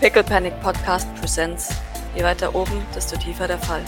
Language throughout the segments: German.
Pickle Panic Podcast presents. Je weiter oben, desto tiefer der Fall.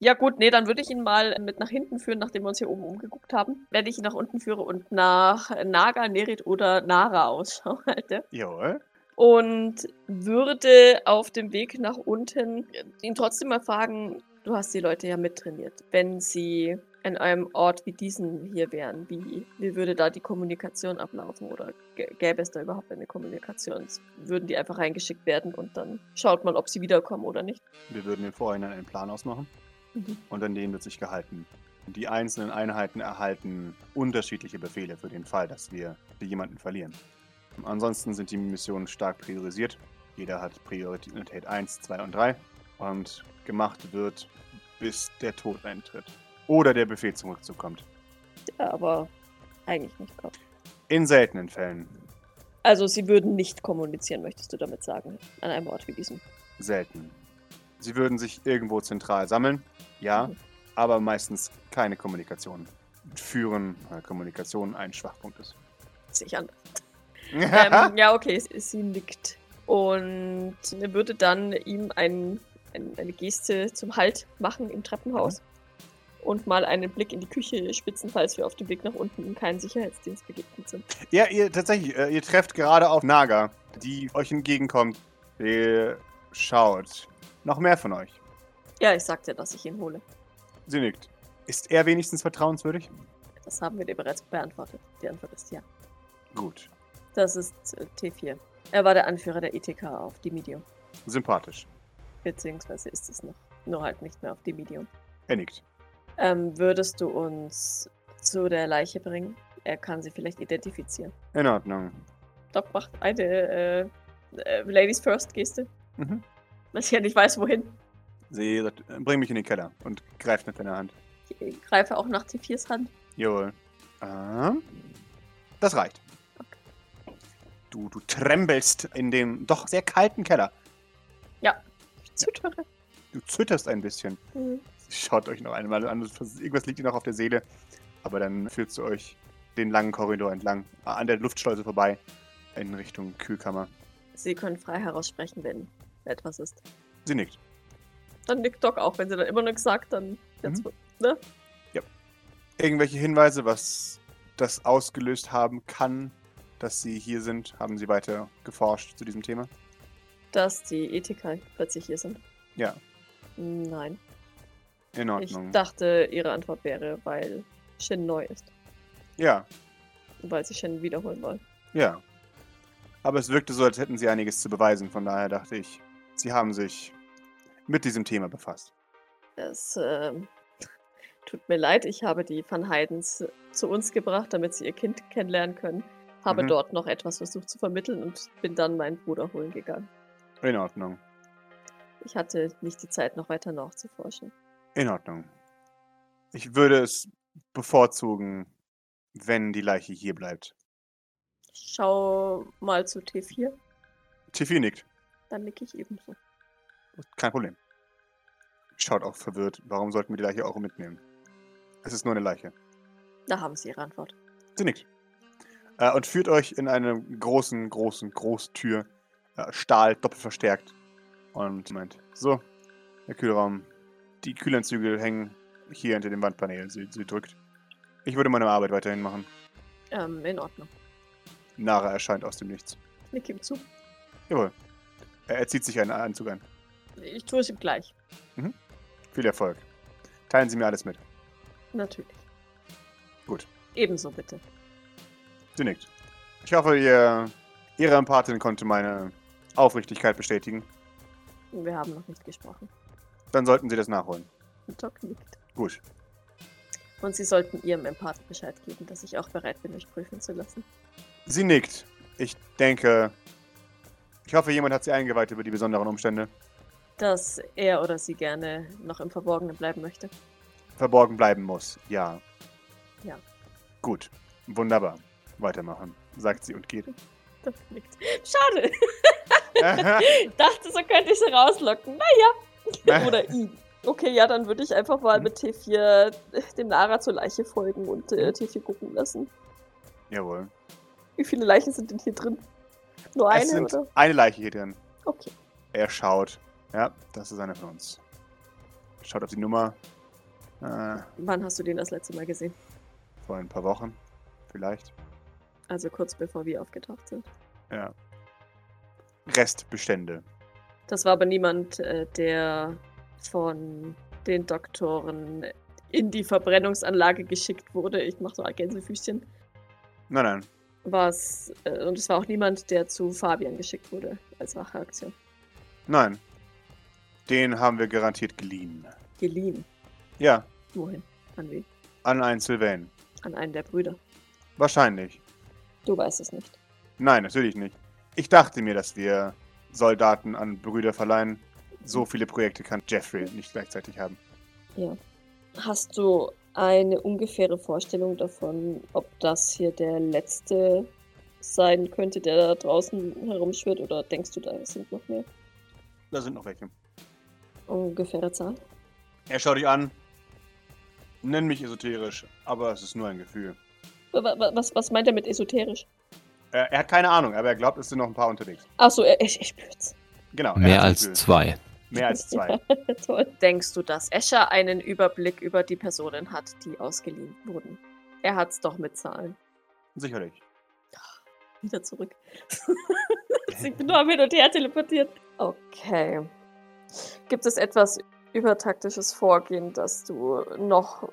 Ja gut, nee, dann würde ich ihn mal mit nach hinten führen, nachdem wir uns hier oben umgeguckt haben. Werde ich ihn nach unten führe und nach Naga, Nerit oder Nara Ausschau halte. Jawohl. Und würde auf dem Weg nach unten ihn trotzdem mal fragen, du hast die Leute ja mittrainiert. Wenn sie an einem Ort wie diesen hier wären, wie, wie würde da die Kommunikation ablaufen oder gä- gäbe es da überhaupt eine Kommunikation? Würden die einfach reingeschickt werden und dann schaut man, ob sie wiederkommen oder nicht? Wir würden im Vorhinein einen Plan ausmachen und an den wird sich gehalten. Die einzelnen Einheiten erhalten unterschiedliche Befehle für den Fall, dass wir jemanden verlieren. Ansonsten sind die Missionen stark priorisiert. Jeder hat Priorität 1, 2 und 3 und gemacht wird, bis der Tod eintritt oder der Befehl zum Rückzug kommt. Ja, aber eigentlich nicht. Kopf. In seltenen Fällen. Also sie würden nicht kommunizieren, möchtest du damit sagen, an einem Ort wie diesem. Selten. Sie würden sich irgendwo zentral sammeln, ja, Mhm. aber meistens keine Kommunikation führen, weil Kommunikation ein Schwachpunkt ist. Sich an. ähm, ja, okay, sie, sie nickt. Und würde dann ihm ein, ein, eine Geste zum Halt machen im Treppenhaus. Und mal einen Blick in die Küche spitzen, falls wir auf dem Weg nach unten in keinen Sicherheitsdienst begegnet sind. Ja, ihr tatsächlich, äh, ihr trefft gerade auf Naga, die euch entgegenkommt. Sie schaut. Noch mehr von euch. Ja, ich sagte, dass ich ihn hole. Sie nickt. Ist er wenigstens vertrauenswürdig? Das haben wir dir bereits beantwortet. Die Antwort ist ja. Gut. Das ist äh, T4. Er war der Anführer der Ethika auf Dimidio. Sympathisch. Beziehungsweise ist es noch. Nur halt nicht mehr auf Dimidio. Er nickt. Ähm, würdest du uns zu der Leiche bringen? Er kann sie vielleicht identifizieren. In Ordnung. Doc macht eine äh, äh, Ladies First Geste, Mhm. weil sie ja nicht weiß, wohin. Sie sagt, bring mich in den Keller und greift mit deiner Hand. Ich greife auch nach T4s Hand. Jawohl. Ähm, das reicht. Du, du trembelst in dem doch sehr kalten Keller. Ich Zutore. Du zitterst ein bisschen. Mhm. Sie schaut euch noch einmal an. und vers- Irgendwas liegt ihr noch auf der Seele. Aber dann führt sie euch den langen Korridor entlang, äh, an der Luftschleuse vorbei, in Richtung Kühlkammer. Sie können frei heraussprechen, wenn etwas ist. Sie nickt. Dann nickt Doc auch. Wenn sie dann immer nichts sagt, Mhm. dann. Jetzt, ne? Irgendwelche Hinweise, was das ausgelöst haben kann, dass sie hier sind? Haben sie weiter geforscht zu diesem Thema? Dass die Ethiker plötzlich hier sind. Ja, Nein. in Ich Ordnung. dachte, ihre Antwort wäre, weil Shin neu ist. Ja, Und weil sie Shin wiederholen wollen. ja. Aber es wirkte so, als hätten sie einiges zu beweisen. Von daher dachte ich, sie haben sich mit diesem Thema befasst. Es ähm, tut mir leid, ich habe die Van Heidens zu uns gebracht, damit sie ihr Kind kennenlernen können. Habe Mhm. dort noch etwas versucht zu vermitteln und bin dann meinen Bruder holen gegangen. In Ordnung. Ich hatte nicht die Zeit, noch weiter nachzuforschen. In Ordnung. Ich würde es bevorzugen, wenn die Leiche hier bleibt. Ich schau mal zu T4, Tiffy nickt. dann nick ich ebenso. Kein Problem. Schaut auch verwirrt. Warum sollten wir die Leiche auch mitnehmen? Es ist nur eine Leiche. Da haben sie ihre Antwort. Sie nickt. Äh, und führt euch in eine großen, großen, großen Tür. Äh, Stahl, doppelt verstärkt. Und meint, so, der Kühlraum. Die Kühlanzüge hängen hier hinter dem Wandpaneel. Sie, sie drückt. Ich würde meine Arbeit weiterhin machen. Ähm, in Ordnung. Nara erscheint aus dem Nichts. Ich nick ihm zu. Jawohl. Er, er zieht sich einen Anzug an. Ich tue es ihm gleich. Viel Erfolg. Teilen Sie mir alles mit. Natürlich. Gut. Ebenso bitte. Sie nickt. Ich hoffe, ihr, Ihre Empathin konnte meine Aufrichtigkeit bestätigen. Wir haben noch nicht gesprochen. Dann sollten Sie das nachholen. Und Doc nickt. Gut. Und sie sollten ihrem Empath Bescheid geben, dass ich auch bereit bin, euch prüfen zu lassen. Sie nickt. Ich denke. Ich hoffe, jemand hat Sie eingeweiht über die besonderen Umstände. Dass er oder sie gerne noch im Verborgenen bleiben möchte. Verborgen bleiben muss. Ja. Ja. Gut. Wunderbar. Weitermachen, sagt sie und geht. Das liegt. Schade. Ich dachte, so könnte ich sie rauslocken. Naja. oder ihn. Okay, ja, dann würde ich Mhm. Mhm. einfach mal mit T4 dem Nara zur Leiche folgen und äh, T4 gucken lassen. Jawohl. Wie viele Leichen sind denn hier drin? Nur eine, es sind oder? eine Leiche hier drin. Okay. Er schaut. Ja, das ist einer von uns. Schaut auf die Nummer. Äh, Wann hast du den das letzte Mal gesehen? vor ein paar Wochen. Vielleicht. Also kurz bevor wir aufgetaucht sind. Ja. Restbestände. Das war aber niemand, äh, der von den Doktoren in die Verbrennungsanlage geschickt wurde. Ich mache so Gänsefüßchen. Nein, nein. Was, äh, und es war auch niemand, der zu Fabian geschickt wurde als Racheaktion. Nein. Den haben wir garantiert geliehen. Geliehen. Ja, Wohin? An wen? an einen Sylvain. An einen der Brüder. Wahrscheinlich. Du weißt es nicht. Nein, natürlich nicht. Ich dachte mir, dass wir Soldaten an Brüder verleihen. So viele Projekte kann Jeffrey nicht gleichzeitig haben. Hast du eine ungefähre Vorstellung davon, ob das hier der letzte sein könnte, der da draußen herumschwirrt? Oder denkst du, da sind noch mehr? Da sind noch welche. Ungefähre Zahl? Er schaut dich an. Nenn mich esoterisch, aber es ist nur ein Gefühl. Wa- wa- Was, was meint er mit esoterisch? Er, er hat keine Ahnung, aber er glaubt, es sind noch ein paar unterwegs. Achso, ich, ich spür's. Genau. er Mehr hat als das Gefühl. zwei. Mehr als zwei. Toll. Denkst du, dass Escher einen Überblick über die Personen hat, die ausgeliehen wurden? Er hat's doch mit Zahlen. Sicherlich. Wieder zurück. ich bin nur am Hin und Her teleportiert. Okay. Gibt es etwas übertaktisches Vorgehen, das du noch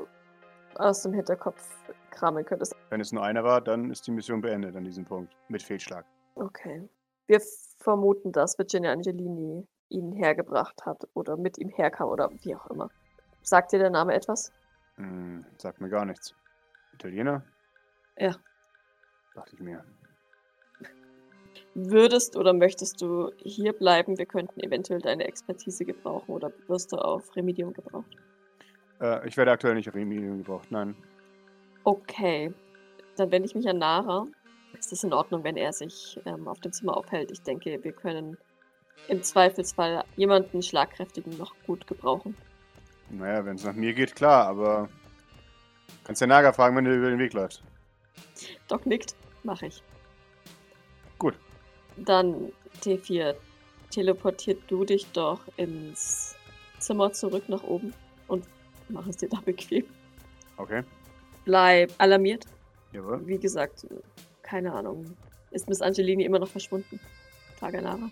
aus dem Hinterkopf kramen könntest? Wenn es nur einer war, dann ist die Mission beendet an diesem Punkt. Mit Fehlschlag. Okay. Wir vermuten, dass Virginia Angelini ihn hergebracht hat oder mit ihm herkam oder wie auch immer. Sagt dir der Name etwas? Hm, sagt mir gar nichts. Italiener? Ja. Dachte ich mir. Würdest oder möchtest du hier bleiben? Wir könnten eventuell deine Expertise gebrauchen oder wirst du auf Remedium gebraucht? Äh, ich werde aktuell nicht auf Remedium gebraucht, nein. Okay. Dann wende ich mich an Nara. Ist es in Ordnung, wenn er sich ähm, auf dem Zimmer aufhält? Ich denke, wir können im Zweifelsfall jemanden Schlagkräftigen noch gut gebrauchen. Naja, wenn es nach mir geht, klar, aber. Kannst ja Naga fragen, wenn du über den Weg läufst. Doc nickt. Mache ich. Gut. Dann T4, teleportiert du dich doch ins Zimmer zurück nach oben und mach es dir da bequem. Okay. Bleib alarmiert. Jawohl. Wie gesagt, keine Ahnung. Ist Miss Angelini immer noch verschwunden? Taganara.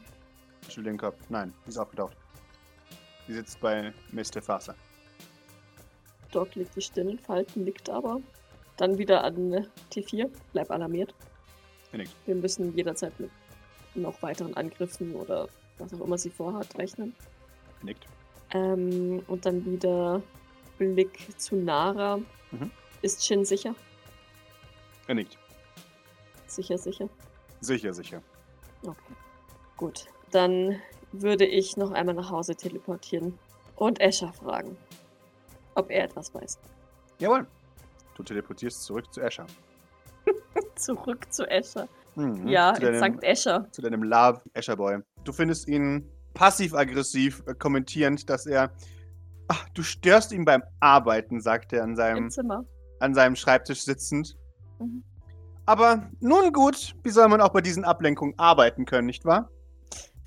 Schüttel den Kopf. Nein, die ist abgetaucht. Die sitzt bei Mr. Faser. Doc legt die Stirn in Falten, nickt aber. Dann wieder an T4. Bleib alarmiert. Er nickt. Wir müssen jederzeit mit noch weiteren Angriffen oder was auch immer sie vorhat rechnen. Er nickt. Ähm, und dann wieder Blick zu Nara. Mhm. Ist Shin sicher? Er nickt. Sicher, sicher. Sicher, sicher. Okay. Gut. Dann würde ich noch einmal nach Hause teleportieren und Escher fragen, ob er etwas weiß. Jawohl. Du teleportierst zurück zu Escher. Zurück zu Escher. Mhm. Ja, zu jetzt deinem, sagt Escher. zu deinem Lab Escherboy. Du findest ihn passiv-aggressiv äh, kommentierend, dass er. Ach, du störst ihn beim Arbeiten, sagt er an Im seinem, Zimmer. an seinem Schreibtisch sitzend. Mhm. Aber nun gut, wie soll man auch bei diesen Ablenkungen arbeiten können, nicht wahr?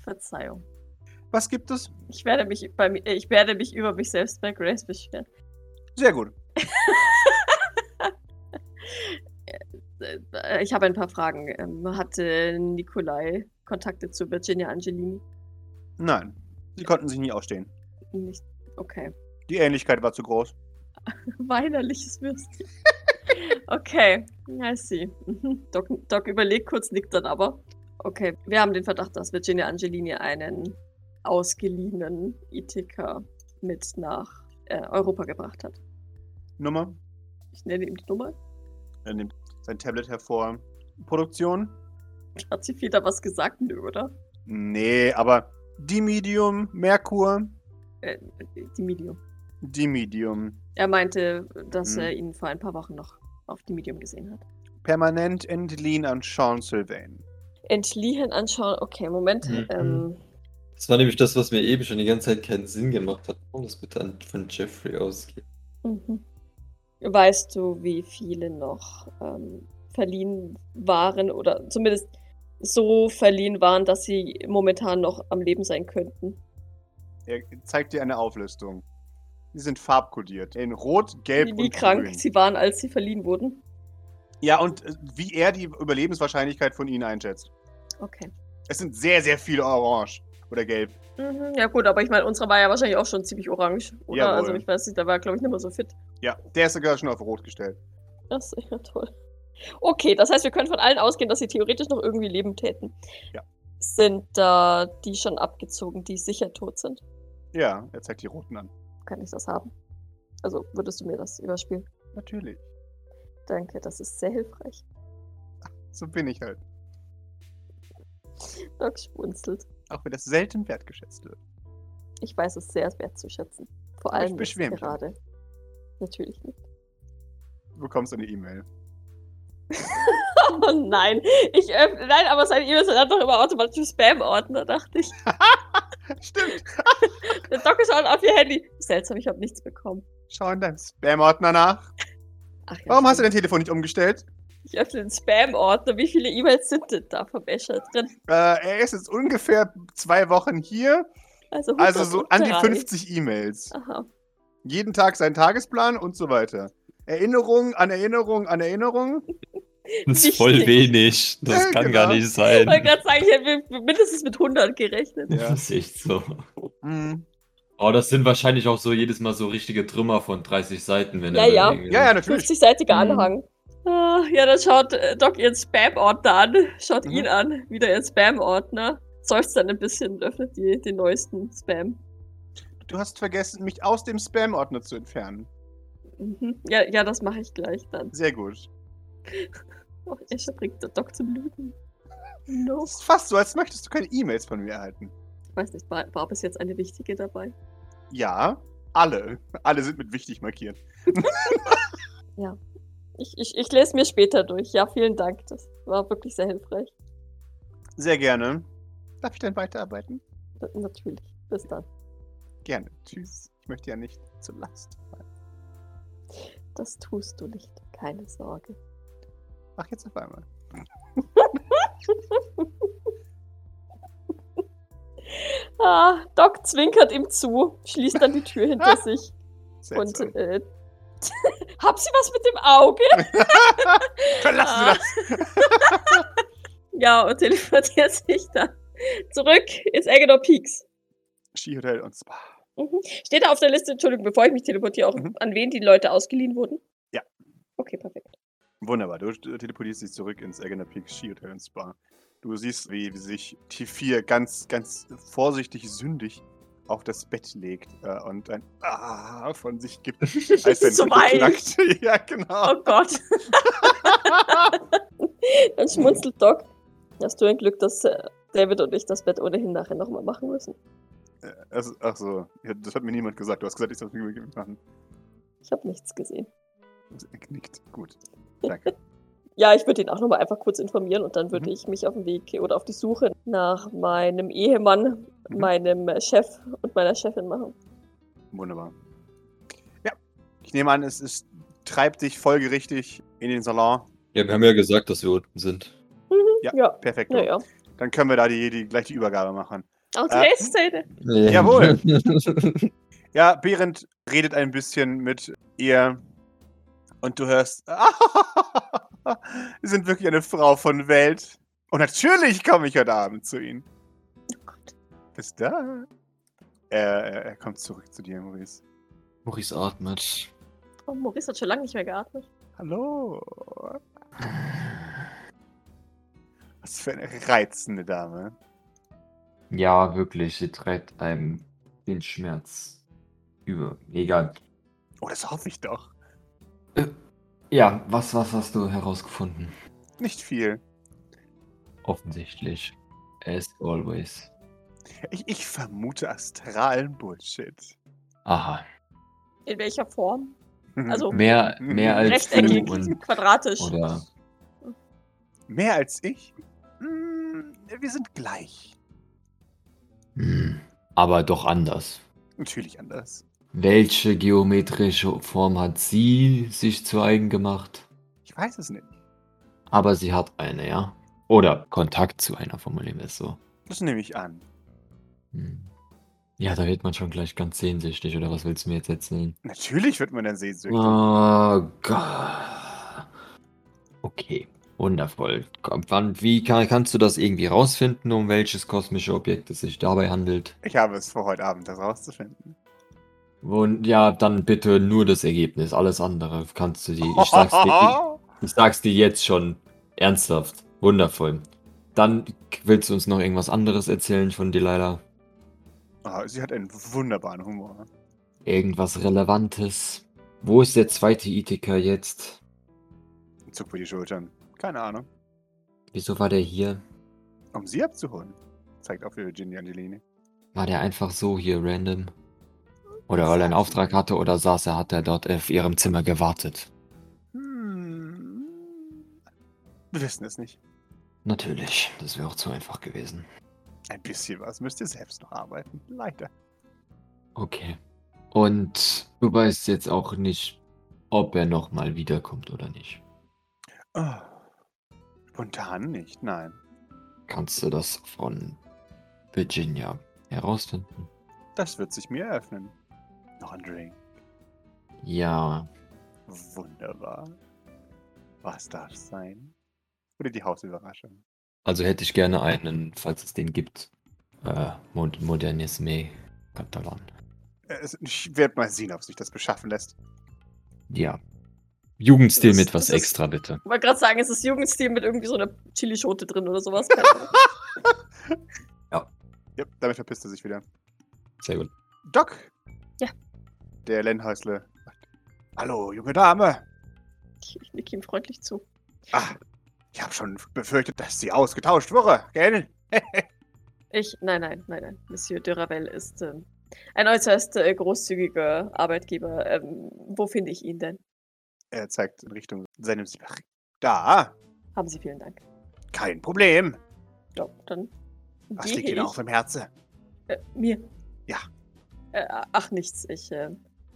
Verzeihung. Was gibt es? Ich werde mich, bei, mi- äh, ich werde mich über mich selbst bei Grace beschweren. Sehr gut. Äh, Ich habe ein paar Fragen. Ähm, Hatte Nikolai Kontakte zu Virginia Angelini? Nein, sie konnten sich nie ausstehen. Nicht. Okay. Die Ähnlichkeit war zu groß. Weinerliches Würstchen. Okay, I see. Mhm. Doc, Doc überlegt kurz, nickt dann aber. Okay, wir haben den Verdacht, dass Virginia Angelini einen ausgeliehenen Ithiker mit nach äh, Europa gebracht hat. Nummer. Ich nenne ihm die Nummer. Er nimmt sein Tablet hervor. Produktion? Hat sie viel da was gesagt? Nö, oder? Nee, aber Dimidium, Merkur, Äh, die Medium. Dimidium. Er meinte, dass Mhm. er ihn vor ein paar Wochen noch auf die Medium gesehen hat. Permanent entliehen an Sean Sylvain. Entliehen anschauen. Okay, Moment. Mhm. Ähm, Das war nämlich das, was mir eben schon die ganze Zeit keinen Sinn gemacht hat. Warum das bitte an- von Jeffrey ausgeht. Mhm. Weißt du, wie viele noch ähm, verliehen waren oder zumindest so verliehen waren, dass sie momentan noch am Leben sein könnten. Er zeigt dir eine Auflistung. Die sind farbkodiert. In Rot, Gelb Wie, und wie krank Grün. sie waren, als sie verliehen wurden. Ja, und äh, wie er die Überlebenswahrscheinlichkeit von ihnen einschätzt. Okay. Es sind sehr, sehr viele Orange oder Gelb. Mhm, ja gut, aber ich meine, unsere war ja wahrscheinlich auch schon ziemlich orange, oder? Jawohl. Also ich weiß nicht, da war glaube ich nicht mehr so fit. Ja, der ist sogar schon auf Rot gestellt. Das ist ja toll. Okay, das heißt, wir können von allen ausgehen, dass sie theoretisch noch irgendwie leben täten. Ja. Sind da die schon abgezogen, die sicher tot sind? Ja, er zeigt die Roten an. Kann ich das haben? Also würdest du mir das überspielen? Natürlich. Danke, das ist sehr hilfreich. So bin ich halt. Doc schmunzelt. Auch wenn das selten wertgeschätzt wird. Ich weiß es sehr wertzuschätzen. Vor Aber ich allem jetzt beschwer mich gerade. Natürlich nicht. Du bekommst eine E-Mail. Oh nein, ich öffne. Nein, aber seine E-Mails hat doch immer automatisch im Spam-Ordner, dachte ich. Stimmt. Der Doc schaut auf ihr Handy. Seltsam, ich habe nichts bekommen. Schau in deinem Spam-Ordner nach. Ach, ja, Warum hast du stimmt. dein Telefon nicht umgestellt? Ich öffne den Spam-Ordner. Wie viele E-Mails sind denn da vom Escher drin? Äh, er ist jetzt ungefähr zwei Wochen hier. Also, 100 Also so an die drei. 50 E-Mails. Aha. Jeden Tag seinen Tagesplan und so weiter. Erinnerung an Erinnerung an Erinnerung. Das Wichtig. ist voll wenig. Das Ja, kann genau. gar nicht Ich wollte sein. gerade sagen, ich hätte mit- mindestens mit 100 gerechnet. Ja. Das ist echt so. Mhm. Aber das sind wahrscheinlich auch so jedes Mal so richtige Trümmer von 30 Seiten, wenn Ja, er ja. überlegen Ja, ja, will. natürlich. 50-seitiger Mhm. Anhang. Ah, ja, dann schaut äh, Doc ihren Spam-Ordner an, schaut Mhm. ihn an, wieder ihren Spam-Ordner, seufzt dann ein bisschen und öffnet die, den neuesten Spam. Du hast vergessen, mich aus dem Spam-Ordner zu entfernen. Mhm. Ja, ja, das mache ich gleich dann. Sehr gut. Oh, Escher bringt den Doc zum Lügen. No. Es ist fast so, als möchtest du keine E-Mails von mir erhalten. Ich weiß nicht, war, war bis jetzt eine wichtige dabei? Ja, alle. Alle sind mit wichtig markiert. Ich, ich, ich lese mir später durch. Ja, vielen Dank. Das war wirklich sehr hilfreich. Sehr gerne. Darf ich dann weiterarbeiten? N- Natürlich. Bis dann. Gerne. Tschüss. Ich möchte ja nicht zur Last fallen. Das tust du nicht. Keine Sorge. Ach, jetzt auf einmal. Ah, Doc zwinkert ihm zu, schließt dann die Tür hinter sich und Seltsam. äh, hab sie was mit dem Auge? Verlassen Ah. Sie das! Ja, und teleportiert sich dann zurück ins Eggenor Peaks. Skihotel und Spa. Mhm. Steht da auf der Liste, Entschuldigung, bevor ich mich teleportiere, auch Mhm. an wen die Leute ausgeliehen wurden? Ja. Okay, perfekt. Wunderbar, du teleportierst dich zurück ins Agana Peak Ski Hotel und Spa. Du siehst, wie sich T4 ganz, ganz vorsichtig sündig auf das Bett legt äh, und ein Ah von sich gibt, als wenn Zu weit. knackt. Ja, genau. Oh Gott. dann schmunzelt Doc. Hast du ein Glück, dass äh, David und ich das Bett ohnehin nachher nochmal machen müssen? Es, ach so, ja, das hat mir niemand gesagt. Du hast gesagt, ich soll es mir machen. Also, Ich habe nichts gesehen. Er knickt. Gut. Danke. Ja, ich würde ihn auch nochmal einfach kurz informieren und dann würde Mhm. ich mich auf den Weg oder auf die Suche nach meinem Ehemann, Mhm. meinem äh, Chef und meiner Chefin machen. Wunderbar. Ja, ich nehme an, es, es treibt dich folgerichtig in den Salon. Ja, wir haben ja gesagt, dass wir unten sind. Ja. Ja, Perfekt. naja. Dann können wir da die, die, gleich die Übergabe machen. Und Äh, Szene. Jawohl. Ja, Behrend redet ein bisschen mit ihr und du hörst, Sie sind wirklich eine Frau von Welt. Und natürlich komme ich heute Abend zu Ihnen. Bis da. Er, er, er kommt zurück zu dir, Maurice. Maurice atmet. Oh, Maurice hat schon lange nicht mehr geatmet. Hallo. Was für eine reizende Dame. Ja, wirklich, sie treibt einem den Schmerz über. Egal. Oh, das hoffe ich doch. Ja, was, was hast du herausgefunden? Nicht viel. Offensichtlich. As always. Ich, ich vermute astralen Bullshit. Aha. In welcher Form? Hm, Also Mehr, mehr als rechteckig, du und. quadratisch. Oder. Mehr als ich? Hm, wir sind gleich. Hm, aber doch anders. Natürlich anders. Welche geometrische Form hat sie sich zu eigen gemacht? Ich weiß es nicht. Aber sie hat eine, ja? Oder Kontakt zu einer, formulieren wir es so. Das nehme ich an. Hm. Ja, da wird man schon gleich ganz sehnsüchtig, oder was willst du mir jetzt erzählen? Natürlich wird man dann sehnsüchtig. Oh Gott. Okay, wundervoll. Komm, wann, wie kann, kannst du das irgendwie rausfinden, um welches kosmische Objekt es sich dabei handelt? Ich habe es vor heute Abend, das rauszufinden. Und ja, dann bitte nur das Ergebnis. Alles andere kannst du dir. Ich sag's dir, ich, ich sag's dir jetzt schon. Ernsthaft. Wundervoll. Dann willst du uns noch irgendwas anderes erzählen von Delilah? Ah, sie hat einen wunderbaren Humor. Irgendwas Relevantes? Wo ist der zweite Ithika jetzt? Zuck für die Schultern. Keine Ahnung. Wieso war der hier? Um sie abzuholen. Zeigt auf Virginia Angelini. War der einfach so hier random? Oder weil er einen Auftrag hatte oder saß er, hat er dort auf ihrem Zimmer gewartet? Hm. Wir wissen es nicht. Natürlich, das wäre auch zu einfach gewesen. Ein bisschen was müsst ihr selbst noch arbeiten. Leider. Okay. Und du weißt jetzt auch nicht, ob er nochmal wiederkommt oder nicht. Ah. Spontan nicht, nein. Kannst du das von Virginia herausfinden? Das wird sich mir eröffnen. Noch ein Drink. Ja, Wunderbar. Was darf's sein? Oder die Hausüberraschung. also hätte ich gerne einen, falls es den gibt. Äh, Mod Modernisme Katalan. Äh, es- Ich werde mal sehen, ob sich das beschaffen lässt. Ja. Jugendstil Das- mit was das ist- extra, bitte. Ich wollte gerade sagen, es ist Jugendstil mit irgendwie so einer Chilischote drin oder sowas. Keine Ahnung. Ja, damit verpisst er sich wieder. Sehr gut. Doc! Ja. Der Lenhäusle sagt: Hallo, junge Dame! ich ich nicke ihm freundlich zu. Ah, ich habe schon befürchtet, dass sie ausgetauscht wurde, gell? Ich, nein, nein, nein, nein. Monsieur de Ravel ist ähm, ein äußerst äh, großzügiger Arbeitgeber. Ähm, wo finde ich ihn denn? Er zeigt in Richtung seinem Sibach. Da, Haben Sie vielen Dank. kein Problem. Ja, dann Was gehe liegt Ihnen ich. auf dem Herzen? Äh, mir? Ja. Äh, ach, nichts. Ich, äh,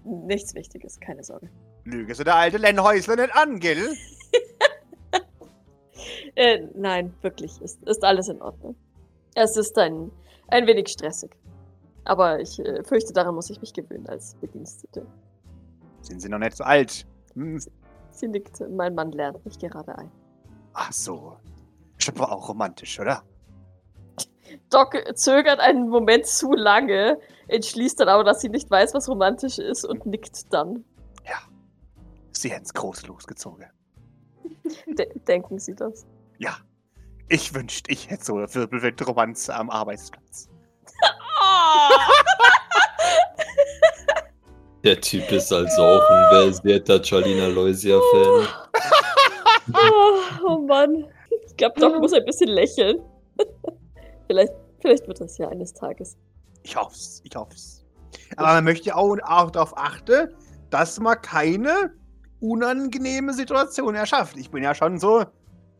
nichts Wichtiges, keine Sorge. Lüge sie der alte Lenhäusle nicht an, gell? Äh, nein, wirklich, ist, ist alles in Ordnung. Es ist ein, ein wenig stressig. Aber ich äh, fürchte, daran muss ich mich gewöhnen als Bedienstete. Sind Sie noch nicht so alt? Hm, Sie nickt, mein Mann lernt mich gerade ein. Ach so. Schon war auch romantisch, oder? Doc zögert einen Moment zu lange, entschließt dann aber, dass sie nicht weiß, was romantisch ist und nickt dann. Sie hätten's groß losgezogen. De denken Sie das? Ja. Ich wünscht, ich hätte so eine Wirbelwind-Romanze am Arbeitsplatz. Der Typ ist also auch ein versierter Charlina Loisia-Fan. Oh, oh Mann. Ich glaube, Doc muss ein bisschen lächeln. vielleicht, vielleicht wird das ja eines Tages. Ich hoff's, ich hoff's. Aber man möchte ja auch auch darauf achten, dass man keine unangenehme Situation erschafft. Ich bin ja schon so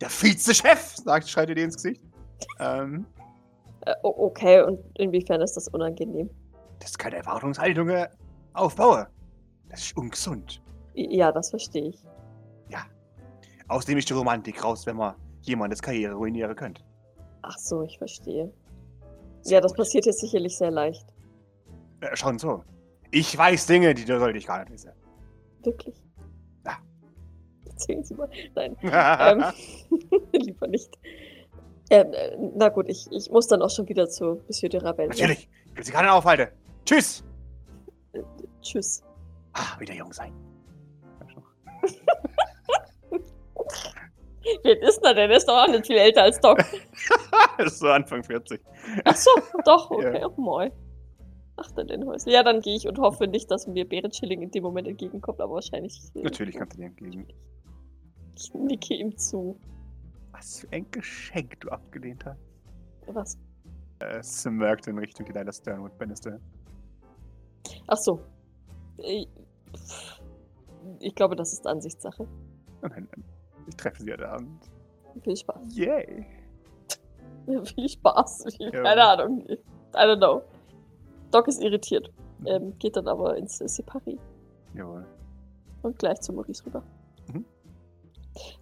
der Vizechef, sagt, schreit ihr dir ins Gesicht. Ähm, Äh, o- okay, und inwiefern ist das unangenehm? das kann Erwartungshaltungen aufbauen. äh, Das ist ungesund. I- Ja, das verstehe ich. Außerdem ist die Romantik raus, wenn man jemandes Karriere ruinieren könnte. Ach so, ich verstehe. Sehr Ja, das gut. passiert jetzt sicherlich sehr leicht. Äh, schon so. Ich weiß Dinge, die du sollte ich gar nicht wissen. Wirklich. Ja. Erzählen Sie mal. Nein. ähm, lieber nicht. Ähm, äh, na gut, ich, ich muss dann auch schon wieder zu Monsieur de Ravel. Natürlich. Ich will sie gar nicht aufhalten. Tschüss. Tschüss. Ah, wieder jung sein. Hab ich noch. Wen ist er denn? Er ist doch auch nicht viel älter als Doc. Das ist so Anfang 40. Achso, doch, Ja. okay, oh moin. Ach, dann den Häusl. Ja, dann gehe ich und hoffe nicht, dass mir Bärenschilling in dem Moment entgegenkommt, aber wahrscheinlich. äh, Natürlich kannst du dir entgegen. Ich nicke ihm zu. Was für ein Geschenk du abgelehnt hast. Was? Äh, smirkt in Richtung die Leila Sternwood Bannister. Ach so. Ich, ich glaube, das ist Ansichtssache. Nein, nein. Ich treffe sie heute Abend. Viel Spaß. Yay. Viel Spaß. Viel, Ja. Keine Ahnung. I don't know. Doc ist irritiert. Ähm, geht dann aber ins äh, Separi Jawohl. und gleich zu Maurice rüber. Mhm.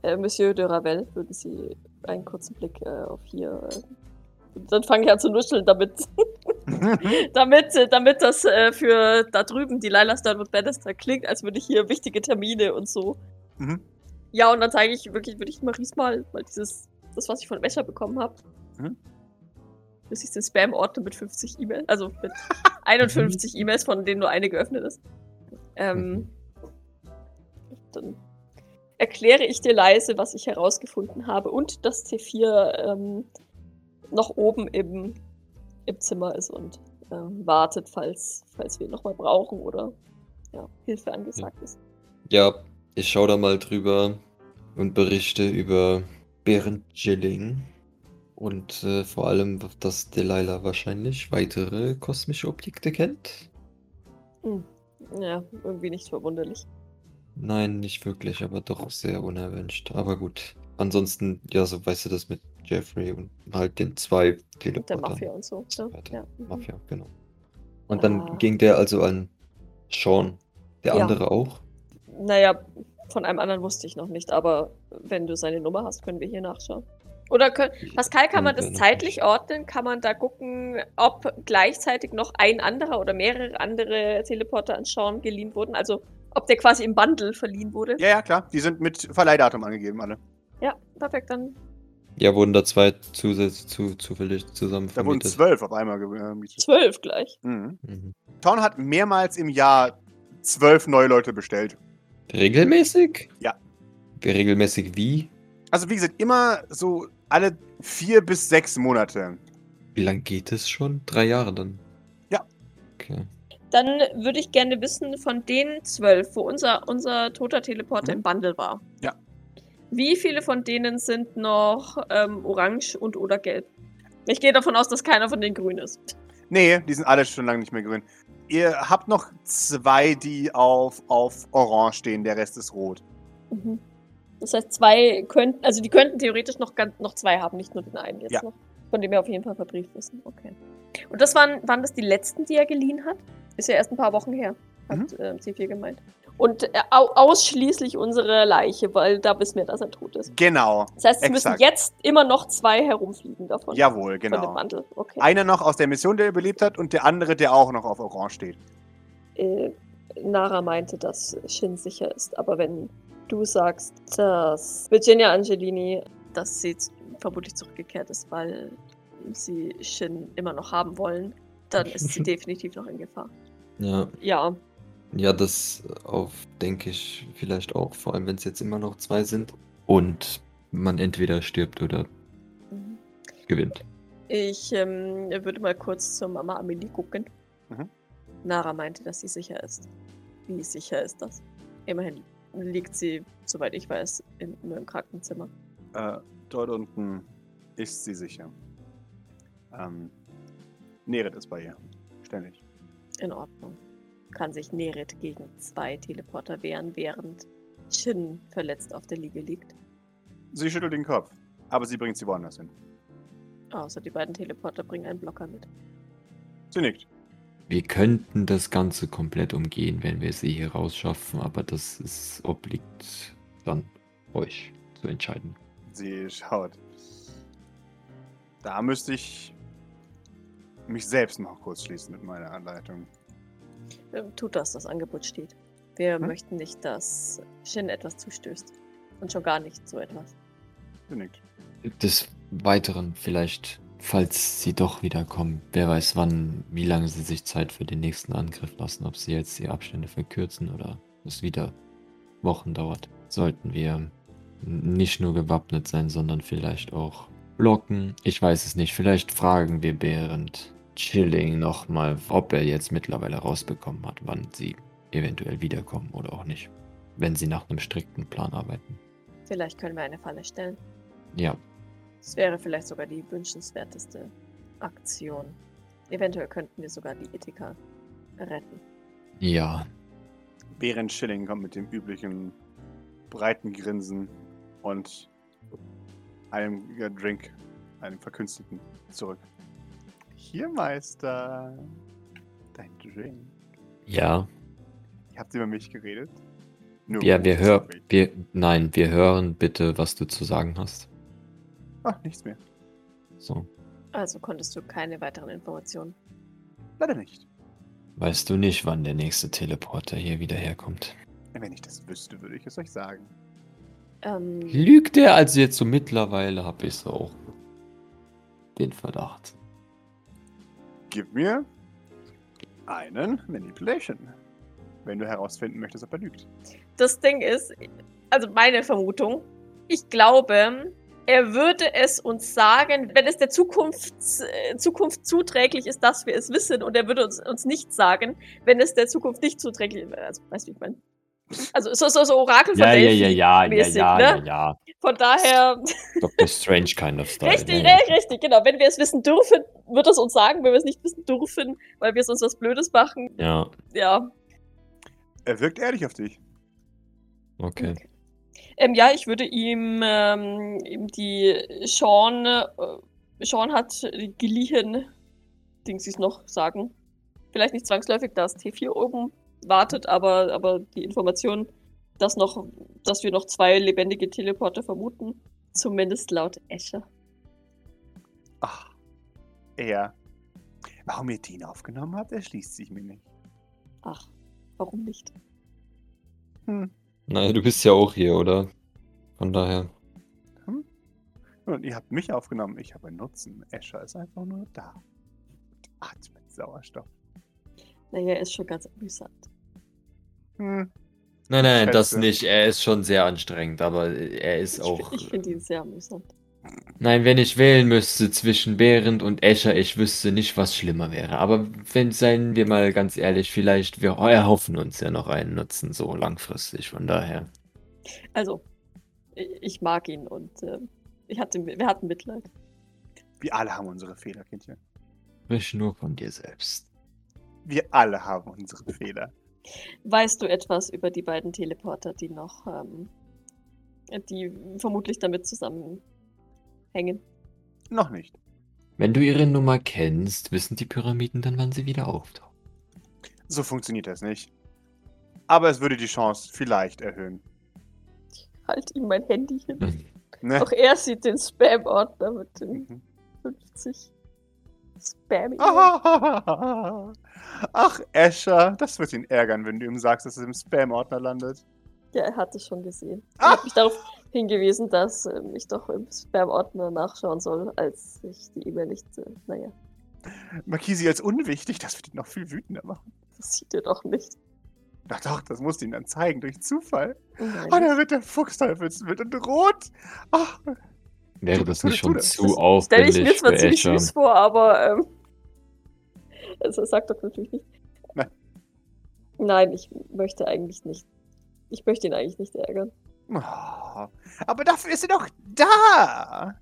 Äh, Monsieur de Ravel, würden Sie einen kurzen Blick äh, auf hier. Äh, dann fange ich an zu nuscheln, damit, damit, äh, damit das äh, für da drüben, die Lila Sternwood Bannister, klingt, als würde ich hier wichtige Termine und so. Mhm. Ja, und dann zeige ich wirklich, würde ich Maries mal, mal dieses, das, was ich von Wäscher bekommen habe. Mhm. Das ist den Spam-Ordner mit 50 E-Mails, also mit 51 E-Mails, von denen nur eine geöffnet ist. Mhm. Ähm, Mhm. dann erkläre ich dir leise, was ich herausgefunden habe und dass T4 ähm, noch oben im, im Zimmer ist und ähm, wartet, falls, falls wir ihn nochmal brauchen oder ja, Hilfe angesagt ist. Ja, ich schaue da mal drüber und berichte über Berend Gilling und äh, vor allem, dass Delilah wahrscheinlich weitere kosmische Objekte kennt. Ja, irgendwie nicht verwunderlich. Nein, nicht wirklich, aber doch sehr unerwünscht. Aber gut. Ansonsten, ja, so weißt du das mit Jeffrey und halt den zwei Mit der Teleportern. Mafia und so. Ne? Warte, Ja. mhm. Mafia, genau. Und dann Ah. ging der also an Sean. Der Ja. andere auch? Naja, von einem anderen wusste ich noch nicht, aber wenn du seine Nummer hast, können wir hier nachschauen. Oder können, Pascal, kann man das Irgendwer noch zeitlich ordnen? Kann man da gucken, ob gleichzeitig noch ein anderer oder mehrere andere Teleporter an Sean geliehen wurden? Also, ob der quasi im Bundle verliehen wurde? Ja, ja, klar. Die sind mit Verleihdatum angegeben, alle. Ja, perfekt, dann. Ja, wurden da zwei zusätzlich zu, zufällig zusammen Da wurden vermietet. zwölf auf einmal ge- äh, gemietet. Zwölf gleich. Mhm. Mhm. Town hat mehrmals im Jahr zwölf neue Leute bestellt. Regelmäßig? Ja. Wie regelmäßig wie? Also, wie gesagt, immer so alle vier bis sechs Monate. Wie lange geht es schon? Drei Jahre dann. Ja. Okay. Dann würde ich gerne wissen, von den zwölf, wo unser, unser toter Teleporter Mhm. im Bundle war. Ja. Wie viele von denen sind noch ähm, orange und oder gelb? Ich gehe davon aus, dass keiner von denen grün ist. Nee, die sind alle schon lange nicht mehr grün. Ihr habt noch zwei, die auf, auf Orange stehen, der Rest ist rot. Das heißt, zwei könnten, also die könnten theoretisch noch, gan- noch zwei haben, nicht nur den einen jetzt Ja. noch. Von dem wir auf jeden Fall verbrieft wissen. Okay. Und das waren, waren das die letzten, die er geliehen hat? Ist ja erst ein paar Wochen her, hat Mhm. ähm, C4 gemeint. Und äh, au ausschließlich unsere Leiche, weil da wissen wir, dass er tot ist. Genau, Das heißt, es müssen Exakt. jetzt immer noch zwei herumfliegen davon. jawohl, Von dem genau. Mantel. Okay. Einer noch aus der Mission, der überlebt hat, und der andere, der auch noch auf Orange steht. Äh, Nara meinte, dass Shin sicher ist, aber wenn du sagst, dass Virginia Angelini, dass sie z- vermutlich zurückgekehrt ist, weil sie Shin immer noch haben wollen, dann ist sie definitiv noch in Gefahr. Ja. Ja, Ja, das auf, denke ich, vielleicht auch, vor allem wenn es jetzt immer noch zwei sind. Und man entweder stirbt oder Mhm. gewinnt. ich ähm, würde mal kurz zur Mama Amelie gucken. Mhm. Nara meinte, dass sie sicher ist. Wie sicher ist das? Immerhin liegt sie, soweit ich weiß, in, nur im Krankenzimmer. Äh, dort unten ist sie sicher. Ähm, Neret ist bei ihr. Ständig. In Ordnung. Kann sich Nerit gegen zwei Teleporter wehren, während Shin verletzt auf der Liege liegt. Sie schüttelt den Kopf, aber sie bringt sie woanders hin. Außer die beiden Teleporter bringen einen Blocker mit. Sie nickt. Wir könnten das Ganze komplett umgehen, wenn wir sie hier rausschaffen, aber das ist, obliegt dann euch zu entscheiden. Sie schaut. Da müsste ich mich selbst noch kurz schließen mit meiner Anleitung. Ähm, Tut das, das Angebot steht. Wir Hm? möchten nicht, dass Shin etwas zustößt. Und schon gar nicht so etwas. Sie nickt. Des Weiteren vielleicht, falls sie doch wiederkommen, wer weiß wann, wie lange sie sich Zeit für den nächsten Angriff lassen, ob sie jetzt die Abstände verkürzen oder es wieder Wochen dauert, sollten wir n- nicht nur gewappnet sein, sondern vielleicht auch blocken. Ich weiß es nicht, vielleicht fragen wir Behrend Chilling nochmal, ob er jetzt mittlerweile rausbekommen hat, wann sie eventuell wiederkommen oder auch nicht, wenn sie nach einem strikten Plan arbeiten. Vielleicht können wir eine Falle stellen. Ja, Das wäre vielleicht sogar die wünschenswerteste Aktion. Eventuell könnten wir sogar die Ethika retten. ja, Behrend Schilling kommt mit dem üblichen breiten Grinsen und einem äh, Drink, einem verkünstelten, zurück. Hier, Meister. Dein Drink. ja. Ihr habt über mich geredet? Nur um Ja, wir gutes hören. Gespräch. Wir, nein, wir hören bitte, was du zu sagen hast. Ach, nichts mehr. So. Also konntest du keine weiteren Informationen. Leider nicht. Weißt du nicht, wann der nächste Teleporter hier wieder herkommt? Wenn ich das wüsste, würde ich es euch sagen. Ähm, Lügt er? Also jetzt so mittlerweile habe ich so auch den Verdacht. Gib mir einen Manipulation, wenn du herausfinden möchtest, ob er lügt. das Ding ist, also meine Vermutung, ich glaube, er würde es uns sagen, wenn es der Zukunft, äh, Zukunft zuträglich ist, dass wir es wissen. Und er würde uns, uns nichts sagen, wenn es der Zukunft nicht zuträglich ist. Also, weißt du, wie ich meine? Also, so, so, so Orakel von Ja, ja, Delphi. ja, ja, ja, mäßig, ja, ne? ja, ja. Von daher, Dr. Strange kind of style. richtig, äh, ja, ja. richtig, genau. Wenn wir es wissen dürfen, wird es uns sagen. Wenn wir es nicht wissen dürfen, weil wir sonst was Blödes machen, Ja, ja, Er wirkt ehrlich auf dich. okay. Ähm, ja, ich würde ihm, ähm, ihm die Sean, äh, Sean hat geliehen, Dings ist noch sagen. Vielleicht nicht zwangsläufig, dass T4 oben wartet, aber, aber die Information, dass, noch, dass wir noch zwei lebendige Teleporter vermuten. Zumindest laut Escher. Ach, Ah. er. Warum ihr den aufgenommen habt, erschließt sich mir nicht. Ach, warum nicht? Hm. Naja, du bist ja auch hier, oder? Von daher. Und ihr habt mich aufgenommen, ich habe einen Nutzen. Escher ist einfach nur da. Und atmet Sauerstoff. Naja, ist schon ganz amüsant. Hm. Nein, nein, das Schätze. nicht. Er ist schon sehr anstrengend, aber er ist Ich, auch. ich finde ihn sehr amüsant. Nein, wenn ich wählen müsste zwischen Behrend und Escher, ich wüsste nicht, was schlimmer wäre. Aber wenn, seien wir mal ganz ehrlich, vielleicht, wir erhoffen uns ja noch einen Nutzen, so langfristig, von daher. Also, ich, ich mag ihn und ähm, ich hatte, wir hatten Mitleid. Wir alle haben unsere Fehler, Kindchen. Sprich nur von dir selbst. Wir alle haben unsere Fehler. Weißt du etwas über die beiden Teleporter, die noch, ähm, die vermutlich damit zusammenhängen? Noch nicht. Wenn du ihre Nummer kennst, wissen die Pyramiden dann, wann sie wieder auftauchen. So funktioniert das nicht. Aber es würde die Chance vielleicht erhöhen. Halt ihm mein Handy hin. Ne? Auch er sieht den Spam-Ordner mit den Mhm. 50 spam -E Ah, Ach, Escher, das wird ihn ärgern, wenn du ihm sagst, dass es im Spam-Ordner landet. Ja, er hat es schon gesehen. Er hat mich darauf hingewiesen, dass ähm, ich doch im Spam-Ordner nachschauen soll, als ich die E-Mail nicht, äh, naja, Markisi als unwichtig, das wird ihn noch viel wütender machen. das sieht er doch nicht. Ach doch, das musst du ihm dann zeigen, durch Zufall. Nein. Ah, da wird der Fuchsteufelswild und rot. Oh. Ach, Wäre Du- das tu nicht das, tu schon das. zu Stelle ich mir aufwendig zwar für ziemlich Escher? süß vor, aber ähm, also sagt doch natürlich nicht. Nein. Nein, ich möchte eigentlich nicht. Ich möchte ihn eigentlich nicht ärgern. Ah, aber dafür ist er doch da.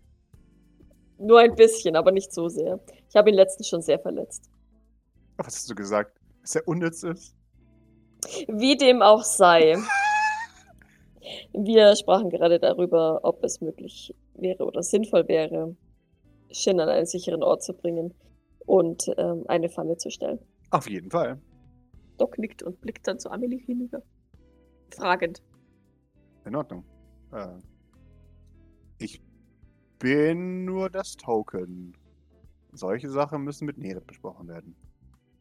Nur ein bisschen, aber nicht so sehr. Ich habe ihn letztens schon sehr verletzt. Oh, Was hast du gesagt? Dass er unnütz ist? Wie dem auch sei. Wir sprachen gerade darüber, ob es möglich wäre oder sinnvoll wäre, Shin an einen sicheren Ort zu bringen und ähm, eine Pfanne zu stellen. Auf jeden Fall. Doc nickt und blickt dann zu Amelie hinüber. Fragend. In Ordnung. Äh, ich bin nur das Token. Solche Sachen müssen mit Neret besprochen werden.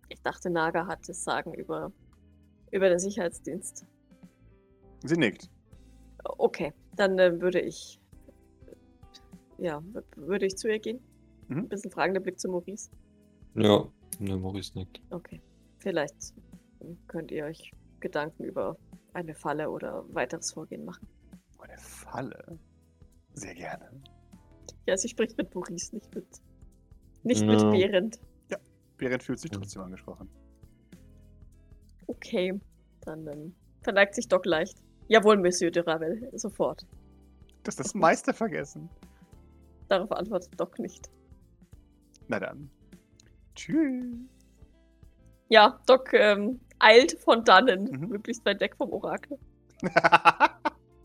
Ich dachte, Naga hat das Sagen über, über den Sicherheitsdienst. Sie nickt. Okay, dann äh, würde ich. Ja, w- würde ich zu ihr gehen. Mhm. Ein bisschen fragender Blick zu Maurice. Ja, ne, Maurice nickt. Okay, vielleicht könnt ihr euch Gedanken über eine Falle oder weiteres Vorgehen machen. Eine Falle. Sehr gerne. Ja, sie spricht mit Maurice, nicht mit. Nicht Ja. mit Behrend. Berend fühlt sich Mhm. trotzdem angesprochen. Okay, dann ähm, verneigt sich Doc leicht. Jawohl, Monsieur de Ravel, sofort. Du hast das meiste vergessen. Darauf antwortet Doc nicht. Na dann. Tschüss. Ja, Doc ähm, eilt von dannen, Mhm. möglichst weit weg vom Orakel.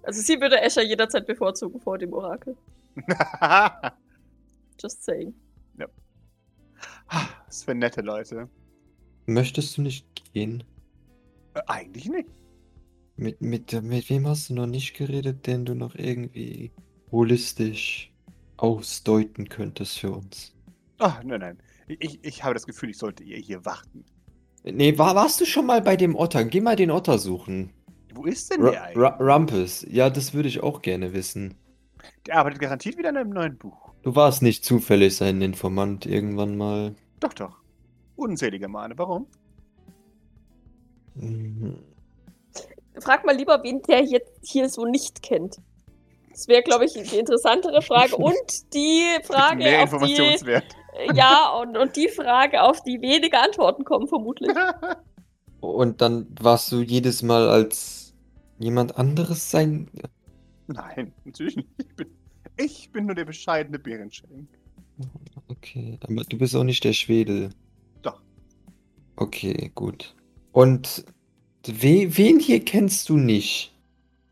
Also sie würde Escher jederzeit bevorzugen vor dem Orakel. Just saying. Was für nette Leute. Möchtest du nicht gehen? Äh, eigentlich nicht. Mit, mit, mit wem hast du noch nicht geredet, den du noch irgendwie holistisch ausdeuten könntest für uns? Ach, nein, nein. Ich, ich habe das Gefühl, ich sollte ihr hier warten. Nee, war, warst du schon mal bei dem Otter? Geh mal den Otter suchen. Wo ist denn der Ra eigentlich? Ra Rumpus, ja, das würde ich auch gerne wissen. Der arbeitet garantiert wieder an einem neuen Buch. Du warst nicht zufällig sein Informant irgendwann mal. Doch, doch. Unzählige Male. Warum? Mhm. Frag mal lieber, wen der jetzt hier so nicht kennt. Das wäre, glaube ich, die interessantere Frage. Und die Frage, Mehr auf die, Informationswert. ja, und, und die Frage, auf die wenige Antworten kommen, vermutlich. Und dann warst du jedes Mal als jemand anderes sein. Nein, natürlich nicht. Ich bin, ich bin nur der bescheidene Bärenschilling. Okay, aber du bist auch nicht der Schwede. Doch. Okay, gut. Und we wen hier kennst du nicht?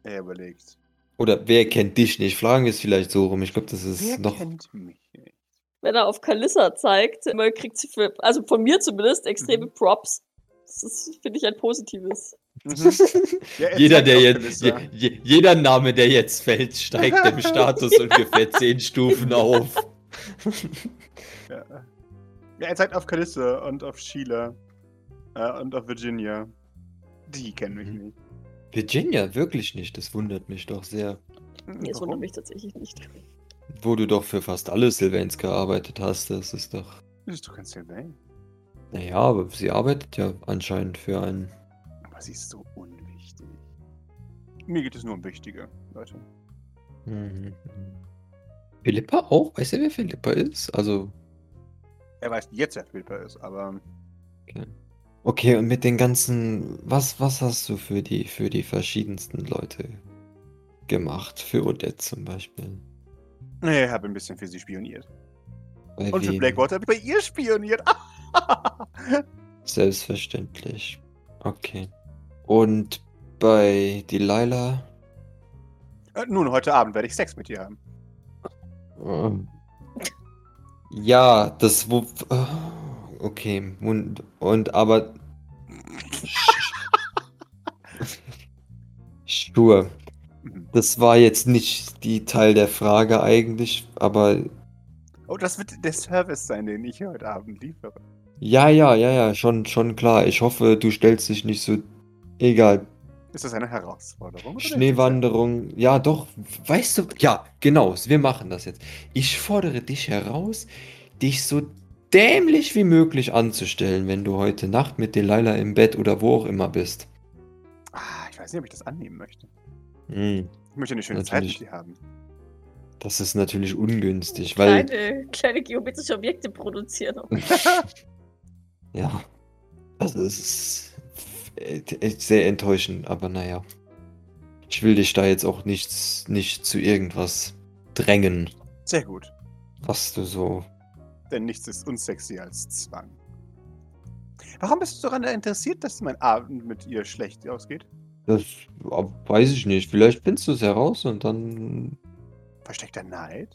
Er überlegt. Oder wer kennt dich nicht? Fragen wir es vielleicht so rum. Ich glaube, das ist Wer noch. kennt mich Mhm. nicht? Wenn er auf Kalissa zeigt, immer kriegt sie, für, also von mir zumindest, extreme Props. Das ist, finde ich, ein positives. Mhm. Ja, er jeder, zeigt der auf jetzt, je, Melissa. je, jeder Name, der jetzt fällt, steigt im Status ungefähr zehn Stufen auf. Ja. ja, er zeigt auf Kalisse und auf Sheila äh, und auf Virginia. Die kennen mich Mhm. nicht. Virginia, wirklich nicht. Das wundert mich doch sehr. Nee, das Warum? wundert mich tatsächlich nicht. Wo du doch für fast alle Sylvans gearbeitet hast, das ist doch. Das ist doch kein Sylvain. Naja, aber sie arbeitet ja anscheinend für einen. Aber sie ist so unwichtig. Mir geht es nur um Wichtige, Leute. Mhm. Philippa auch? Weißt du, wer Philippa ist? Also. Er weiß jetzt, wer Philippa ist, aber Okay, und mit den ganzen. Was, was hast du für die, für die verschiedensten Leute gemacht? Für Odette zum Beispiel. naja, ich habe ein bisschen für sie spioniert. Bei Und für wem? Blackwater habe ich bei ihr spioniert. Selbstverständlich. Okay. Und bei Delilah? Äh, Nun, heute Abend werde ich Sex mit ihr haben. Ähm, Ja, das wo. äh, Okay, und, und aber. Stur. Mhm. Das war jetzt nicht die Teil der Frage eigentlich, aber Oh, das wird der Service sein, den ich heute Abend liefere. ja, ja, ja, ja, schon, schon klar. Ich hoffe, du stellst dich nicht so. Egal. Ist das eine Herausforderung? oder? Schneewanderung. Ja, doch. Weißt du, ja, genau. Wir machen das jetzt. Ich fordere dich heraus, dich so dämlich wie möglich anzustellen, wenn du heute Nacht mit Delilah im Bett oder wo auch immer bist. Ah, ich weiß nicht, ob ich das annehmen möchte. Hm, Ich möchte eine schöne Natürlich. Zeit mit ihr haben. das ist natürlich ungünstig, weil. Kleine, kleine geometrische Objekte produzieren. Ja. Also, es ist äh, äh, sehr enttäuschend, aber naja. Ich will dich da jetzt auch nichts, nicht zu irgendwas drängen, Sehr gut. was du so. Denn nichts ist unsexier als Zwang. Warum bist du daran interessiert, dass mein Abend mit ihr schlecht ausgeht? Das äh, weiß ich nicht. Vielleicht findest du es heraus und dann Versteckter Neid?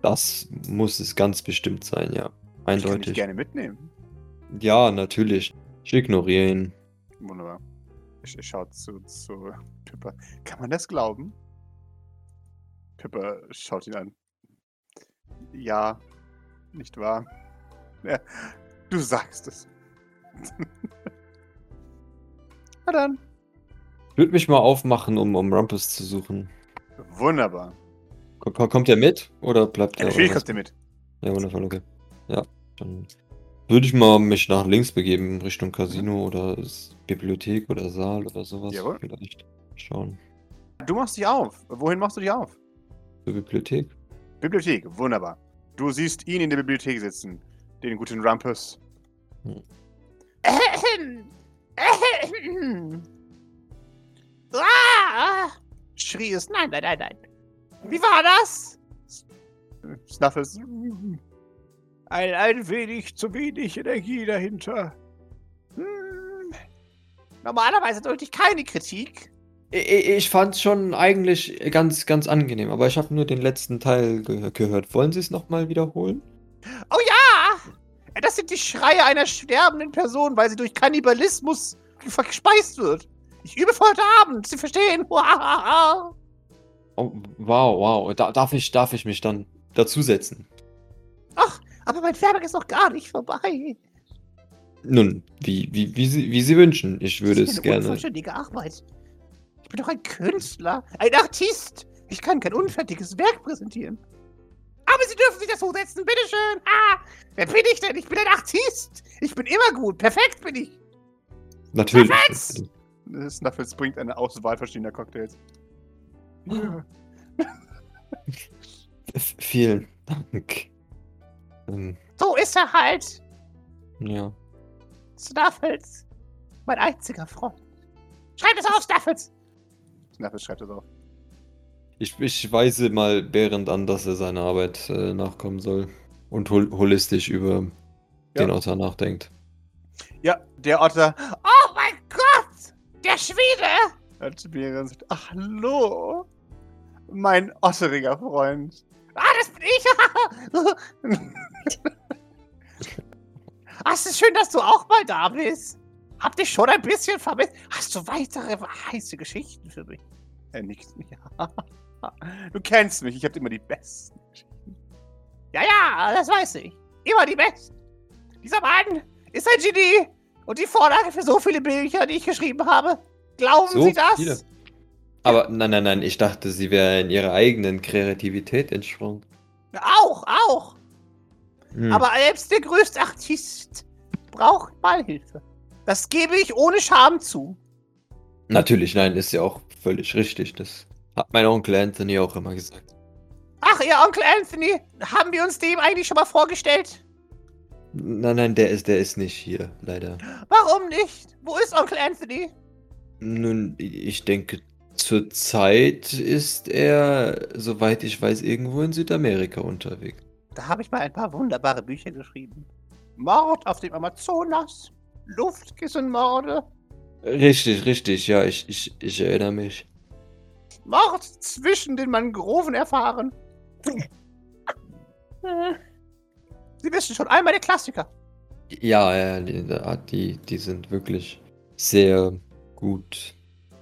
Das muss es ganz bestimmt sein, ja. Ich kann dich Eindeutig. gerne mitnehmen. Ja, natürlich. Ich ignoriere ihn. Wunderbar. Ich, ich schaue zu, zu Pippa. Kann man das glauben? Pippa schaut ihn an. Ja, nicht wahr? Ja, du sagst es. Na dann. Ich würde mich mal aufmachen, um, um Rumpus zu suchen. Wunderbar. Ko- ko- Kommt er mit oder bleibt Ja, er? natürlich oder was? kommt ihr mit. Ja, wundervoll, okay. Ja, dann würde ich mal mich nach links begeben, Richtung Mhm. Casino oder s- Bibliothek oder Saal oder sowas. Jawohl. Vielleicht schauen. Du machst dich auf. Wohin machst du dich auf? Zur Bibliothek? Bibliothek, wunderbar. Du siehst ihn in der Bibliothek sitzen, den guten Rumpus. Hm. Ahem. Ahem. Ah! Schrie es, nein, nein, nein, nein. Wie war das? Snuffles. Ein, ein wenig zu wenig Energie dahinter. Hm. Normalerweise deutlich keine Kritik. Ich, ich fand es schon eigentlich ganz, ganz angenehm, aber ich habe nur den letzten Teil ge gehört. Wollen Sie es nochmal wiederholen? Oh ja! Das sind die Schreie einer sterbenden Person, weil sie durch Kannibalismus verspeist wird. Ich übe für heute Abend, Sie verstehen. Wow. Oh, wow, wow. Da, darf, ich, darf ich mich dann dazusetzen? Aber mein Fährberg ist noch gar nicht vorbei. Nun, wie, wie, wie, Sie, wie Sie wünschen. Ich würde das ist eine es gerne. unvollständige Arbeit. Ich bin doch ein Künstler, ein Artist. Ich kann kein unfertiges Werk präsentieren. Aber Sie dürfen sich das hochsetzen, bitteschön. Ah, wer bin ich denn? Ich bin ein Artist. Ich bin immer gut. Perfekt bin ich. Natürlich. Snuffles bringt eine Auswahl verschiedener Cocktails. V- Vielen Dank. Ähm, So ist er halt. ja. Snuffles. Mein einziger Freund. Schreib es auf, Snuffles. Snuffles schreibt es auf. Ich, ich weise mal Behrend an, dass er seiner Arbeit äh, nachkommen soll und hol holistisch über Ja. den Otter nachdenkt. Ja, der Otter Oh mein Gott! Der Schwede! hat mir gesagt, ach, hallo, mein otteriger Freund. Ah, das bin ich! Ah, es ist schön, dass du auch mal da bist. Hab dich schon ein bisschen vermisst. Hast du weitere heiße Geschichten für mich? Er nickt. Ja. Du kennst mich, ich hab immer die besten Geschichten. ja, ja, das weiß ich. Immer die Besten. Dieser Mann ist ein Genie und die Vorlage für so viele Bücher, die ich geschrieben habe. Glauben So Sie das? viele. Aber nein, nein, nein, ich dachte, sie wäre in ihrer eigenen Kreativität entsprungen. Auch, auch. Hm. Aber selbst der größte Artist braucht mal Hilfe. Das gebe ich ohne Scham zu. Natürlich, nein, ist ja auch völlig richtig. Das hat mein Onkel Anthony auch immer gesagt. Ach, Ihr Onkel Anthony, haben wir uns dem eigentlich schon mal vorgestellt? Nein, nein, der ist, der ist nicht hier, leider. Warum nicht? Wo ist Onkel Anthony? Nun, ich denke, zurzeit ist er, soweit ich weiß, irgendwo in Südamerika unterwegs. Da habe ich mal ein paar wunderbare Bücher geschrieben. Mord auf dem Amazonas, Luftkissenmorde, Richtig, richtig, ja, ich, ich, ich erinnere mich. Mord zwischen den Mangroven erfahren. Sie wissen schon, einmal der Klassiker. Ja, ja, die, ah, die, die sind wirklich sehr gut.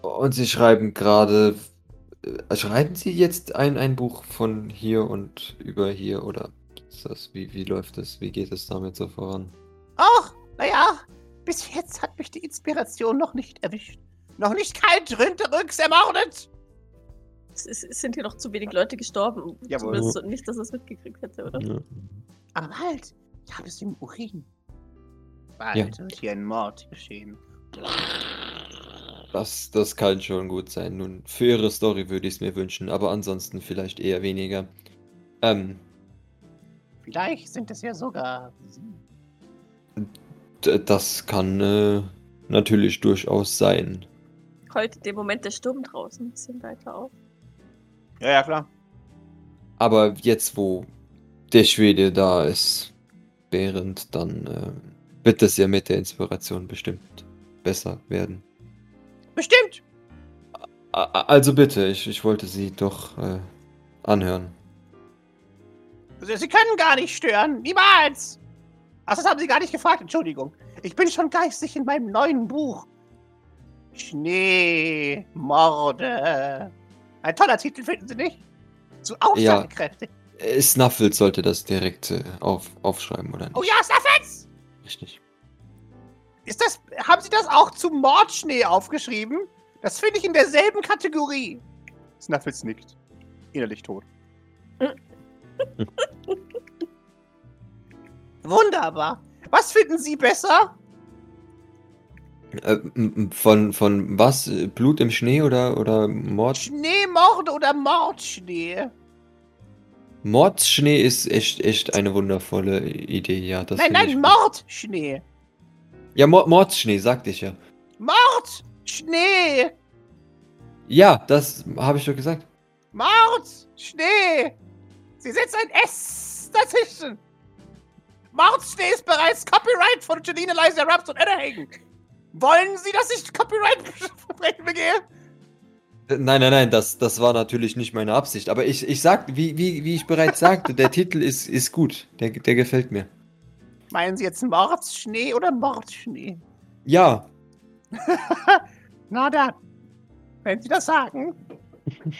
Und sie schreiben gerade. äh, Schreiben sie jetzt ein, ein Buch von hier und über hier oder ist das, wie, wie läuft das? Wie geht es damit so voran? Ach, naja, bis jetzt hat mich die Inspiration noch nicht erwischt. Noch nicht kein Drinterüx ermordet. Es, ist- es sind hier noch zu wenig Leute gestorben. Jawohl. Zumindest so- nicht, dass er es mitgekriegt hätte, oder? Ja. Aber halt, ich habe es im Urin. Bald wird hier ein Mord geschehen. Das, das kann schon gut sein. Nun, für ihre Story würde ich es mir wünschen, aber ansonsten vielleicht eher weniger. Ähm, Vielleicht sind es ja sogar Sie. d- das kann äh, natürlich durchaus sein. Heute den Moment der Sturm draußen ein bisschen weiter auf. Ja, ja, klar. Aber jetzt, wo der Schwede da ist, während dann äh, wird das ja mit der Inspiration bestimmt besser werden. Bestimmt. A a- also bitte, ich, ich wollte sie doch äh, anhören. Also, Sie, Sie können gar nicht stören. Niemals. Ach, das haben Sie gar nicht gefragt. Entschuldigung. Ich bin schon geistig in meinem neuen Buch. Schneemorde. Ein toller Titel, finden Sie nicht? Zu aussagekräftig. Äh, Snuffles sollte das direkt äh, auf, aufschreiben, oder nicht? Oh ja, Staffels! Richtig. Ist das, haben Sie das auch zu Mordschnee aufgeschrieben? Das finde ich in derselben Kategorie. Snuffles nickt. Innerlich tot. Wunderbar. Was finden Sie besser? Äh, m- m- von, von was? Äh, Blut im Schnee oder, oder Mord? Schneemorde oder Mordschnee? Mordschnee ist echt, echt eine wundervolle Idee, ja. Das nein, finde ich nein, gut. Mordschnee. Ja, Mord, Mordschnee, sagte ich ja. Schnee. Ja, das habe ich doch gesagt. Mordschnee. Sie setzen ein S dazwischen. Mordschnee ist bereits Copyright von Janine Liza Raps und Edderhagen. Wollen Sie, dass ich Copyright-Verbrechen begehe? Äh, Nein, nein, nein, das, das war natürlich nicht meine Absicht. Aber ich, ich sag, wie, wie, wie ich bereits sagte, der Titel ist, ist gut. Der, der gefällt mir. Meinen Sie jetzt Mordschnee oder Mordschnee? Ja, Na dann. Wenn Sie das sagen.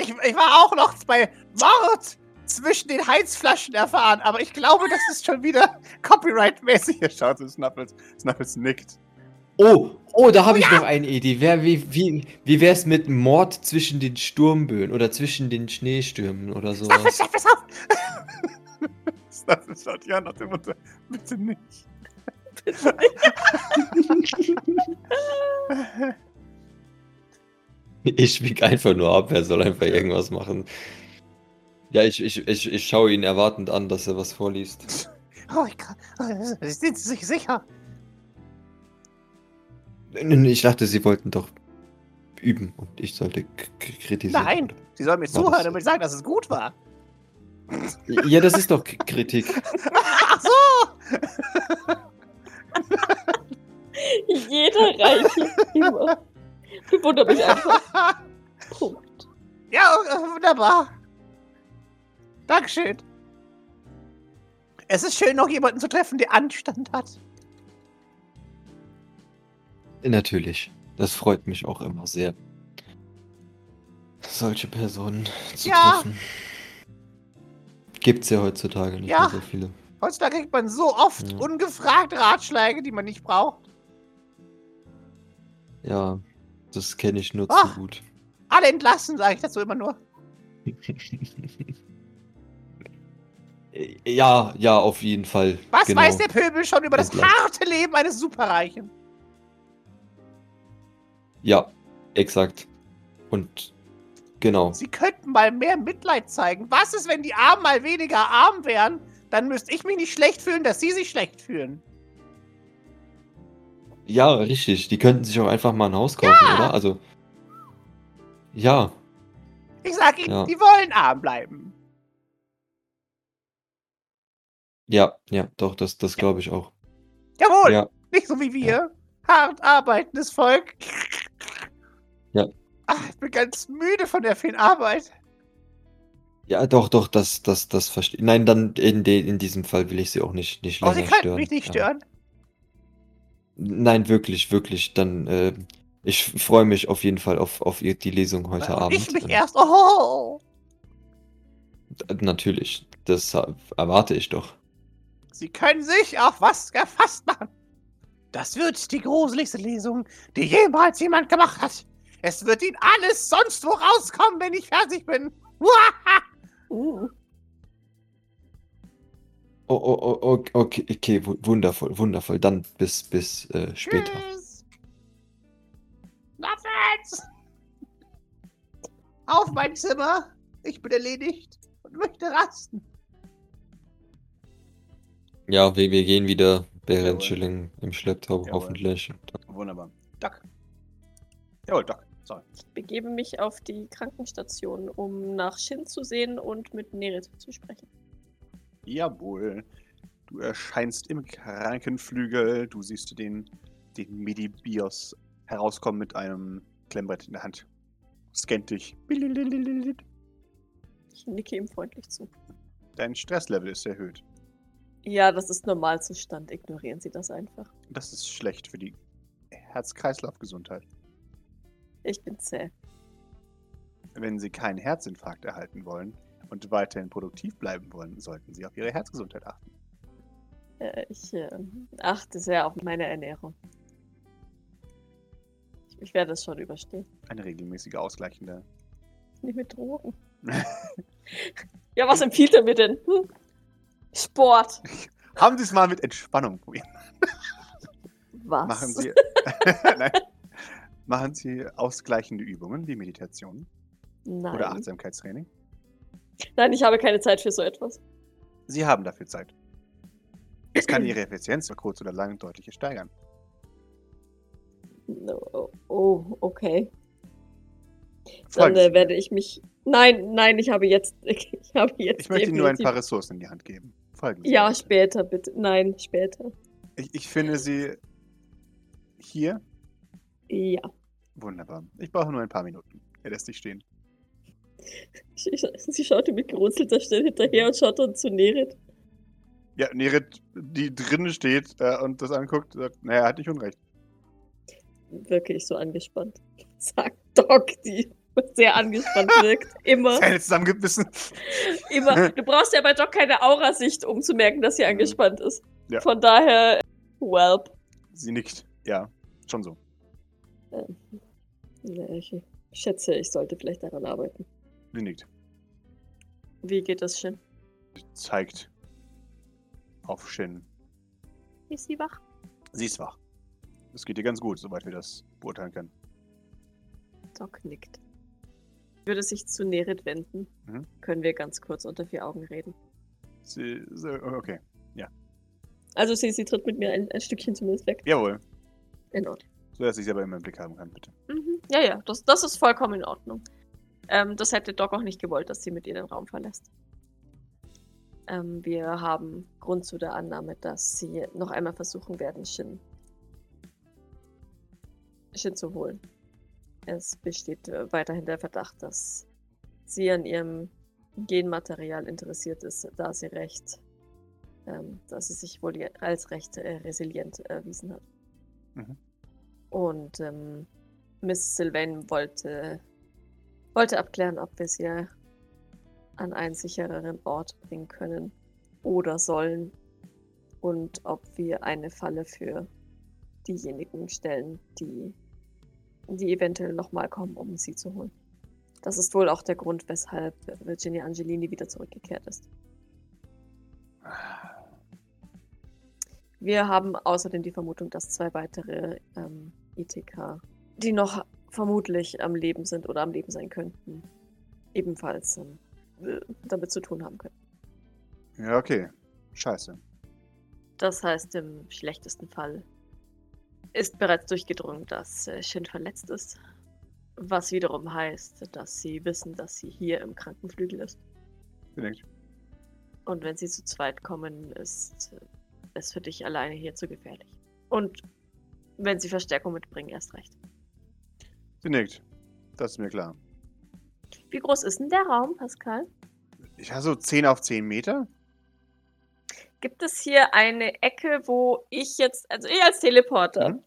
Ich, ich war auch noch bei Mord zwischen den Heizflaschen erfahren, aber ich glaube, das ist schon wieder copyright-mäßig. Ihr schaut zu Snuffles. Snuffles nickt. Oh, oh, da habe ich noch eine Idee. Wer, wie, wie, wie wär's mit Mord zwischen den Sturmböen oder zwischen den Schneestürmen oder sowas? Snuffles, Snuffles, auf! Snuffles schaut ja nach dem Mutter. Bitte nicht. Ich wink einfach nur ab, er soll einfach irgendwas machen. Ja, ich, ich, ich, ich schaue ihn erwartend an, dass er was vorliest. Oh, ich kann, oh, sind Sie sich sicher? Nun, Ich dachte, sie wollten doch üben und ich sollte k- k- kritisieren. Nein, Sie sollen mir War das- zuhören und mir sagen, dass es gut war. Ja, das ist doch K- Kritik. Ach so! Jeder reiche immer. Ich wundere mich einfach. Punkt. Ja, äh, wunderbar. Dankeschön. Es ist schön, noch jemanden zu treffen, der Anstand hat. Natürlich. Das freut mich auch immer sehr. Solche Personen zu Ja. treffen. Gibt's ja heutzutage nicht Ja. mehr so viele. Heutzutage kriegt man so oft Ja. ungefragt Ratschläge, die man nicht braucht. Ja, das kenne ich nur Ah. zu gut. Alle entlassen, sage ich dazu immer nur. ja, ja, auf jeden Fall. Was Genau. weiß der Pöbel schon über das Entlassen. harte Leben eines Superreichen? Ja, exakt. Und genau. Sie könnten mal mehr Mitleid zeigen. Was ist, wenn die Armen mal weniger arm wären? Dann müsste ich mich nicht schlecht fühlen, dass sie sich schlecht fühlen. Ja, richtig. Die könnten sich auch einfach mal ein Haus kaufen, oder? Also. Ja, Ich sag ihnen, Ja. die wollen arm bleiben. ja, ja, doch, das, das glaube ich auch. Jawohl, Ja, nicht so wie wir. Hart arbeitendes Volk. Ja. Ach, ich bin ganz müde von der vielen Arbeit. ja, doch, doch, das, das, das verstehe. Nein, dann in, de, in diesem Fall will ich sie auch nicht, nicht Oh, länger sie können stören. mich nicht Ja. stören. Nein, wirklich, wirklich. Dann, äh, ich freue mich auf jeden Fall auf, auf ihr- die Lesung heute Und Abend. ich mich Und- erst. Oh. Äh, Natürlich, das erwarte ich doch. Sie können sich auf was gefasst machen. Das wird die gruseligste Lesung, die jemals jemand gemacht hat. Es wird Ihnen alles sonst wo rauskommen, wenn ich fertig bin. Uaha! Uh, Oh, oh, oh, okay, okay, okay, wu- wundervoll, wundervoll. Dann bis, bis äh, später. Tschüss. Muffins! Auf mein Zimmer. Ich bin erledigt und möchte rasten. Ja, wir, wir gehen wieder Jawohl. Berend Schilling im Schlepptau, Jawohl. hoffentlich. Wunderbar. Doc. Jawohl, Doc. Sorry. ich begebe mich auf die Krankenstation, um nach Shin zu sehen und mit Nerit zu sprechen. Jawohl. Du erscheinst im Krankenflügel. Du siehst den, den Medibios herauskommen mit einem Klemmbrett in der Hand. Scannt dich. Ich nicke ihm freundlich zu. Dein Stresslevel ist erhöht. Ja, das ist Normalzustand. Ignorieren Sie das einfach. Das ist schlecht für die Herz-Kreislauf-Gesundheit. Ich bin zäh. Wenn Sie keinen Herzinfarkt erhalten wollen und weiterhin produktiv bleiben wollen, sollten Sie auf Ihre Herzgesundheit achten. Äh, ich äh, achte sehr auf meine Ernährung. Ich, ich werde es schon überstehen. Eine regelmäßige ausgleichende. Nicht mit Drogen. ja, was empfiehlt er mir denn? Hm? Sport. Haben Sie es mal mit Entspannung probiert. Was? Machen Sie, Nein. Machen Sie ausgleichende Übungen wie Meditation Nein. oder Achtsamkeitstraining. Nein, ich habe keine Zeit für so etwas. Sie haben dafür Zeit. Das kann Ihre Effizienz über kurz oder lang deutlich steigern. No. Oh, okay. Dann Folgen Sie äh, mir. werde ich mich. Nein, nein, ich habe jetzt. Ich habe jetzt. ich möchte Ihnen nur ein definitiv- paar Ressourcen in die Hand geben. Folgen Sie. mir Ja, bitte. später, bitte. Nein, später. Ich, ich finde Sie hier Ja. wunderbar. Ich brauche nur ein paar Minuten. Er lässt dich stehen. Ich- ich- Sie schaute mit gerunzelter Stirn hinterher und schaut dann zu Nerit. Ja, Nerit, die drinnen steht äh, und das anguckt, sagt, naja, er hat nicht Unrecht. wirke ich so angespannt. Sagt Doc, die sehr angespannt wirkt. Immer, Zähne zusammengebissen. immer. Du brauchst ja bei Doc keine Aurasicht, um zu merken, dass sie angespannt ist. Mhm. Ja. Von daher, welp. Sie nickt. Ja, schon so. Ja, Ich schätze, ich sollte vielleicht daran arbeiten. Sie nickt. Wie geht das Shin? Sie zeigt auf Shin. Ist sie wach? Sie ist wach. Es geht ihr ganz gut, soweit wir das beurteilen können. Doc nickt. Würde sich zu Nerit wenden. Mhm. Können wir ganz kurz unter vier Augen reden. Sie, sie, okay. Also sie, sie tritt mit mir ein, ein Stückchen zumindest weg. Jawohl. In Ordnung. So dass ich sie aber immer im Blick haben kann, bitte. Mhm. Ja, ja, das, das ist vollkommen in Ordnung. Ähm, das hätte Doc auch nicht gewollt, dass sie mit ihr den Raum verlässt. Ähm, wir haben Grund zu der Annahme, dass sie noch einmal versuchen werden, Shin, Shin zu holen. Es besteht äh, weiterhin der Verdacht, dass sie an ihrem Genmaterial interessiert ist, da sie recht, ähm, dass sie sich wohl je- als recht äh, resilient erwiesen hat. Mhm. Und ähm, Miss Sylvain wollte, wollte abklären, ob wir sie an einen sichereren Ort bringen können oder sollen und ob wir eine Falle für diejenigen stellen, die, die eventuell nochmal kommen, um sie zu holen. Das ist wohl auch der Grund, weshalb Virginia Angelini wieder zurückgekehrt ist. Wir haben außerdem die Vermutung, dass zwei weitere ähm, ITK, die noch vermutlich am Leben sind oder am Leben sein könnten, ebenfalls ähm, äh, damit zu tun haben können. Ja, okay. Scheiße. Das heißt, im schlechtesten Fall ist bereits durchgedrungen, dass äh, Shin verletzt ist. Was wiederum heißt, dass sie wissen, dass sie hier im Krankenflügel ist. Sie nickt. Und wenn sie zu zweit kommen, ist äh, es für dich alleine hier zu gefährlich. Und wenn sie Verstärkung mitbringen, erst recht. Sie nickt. Das ist mir klar. Wie groß ist denn der Raum, Pascal? Ich habe so 10 auf 10 Meter. Gibt es hier eine Ecke, wo ich jetzt, also ich als Teleporter, Mhm.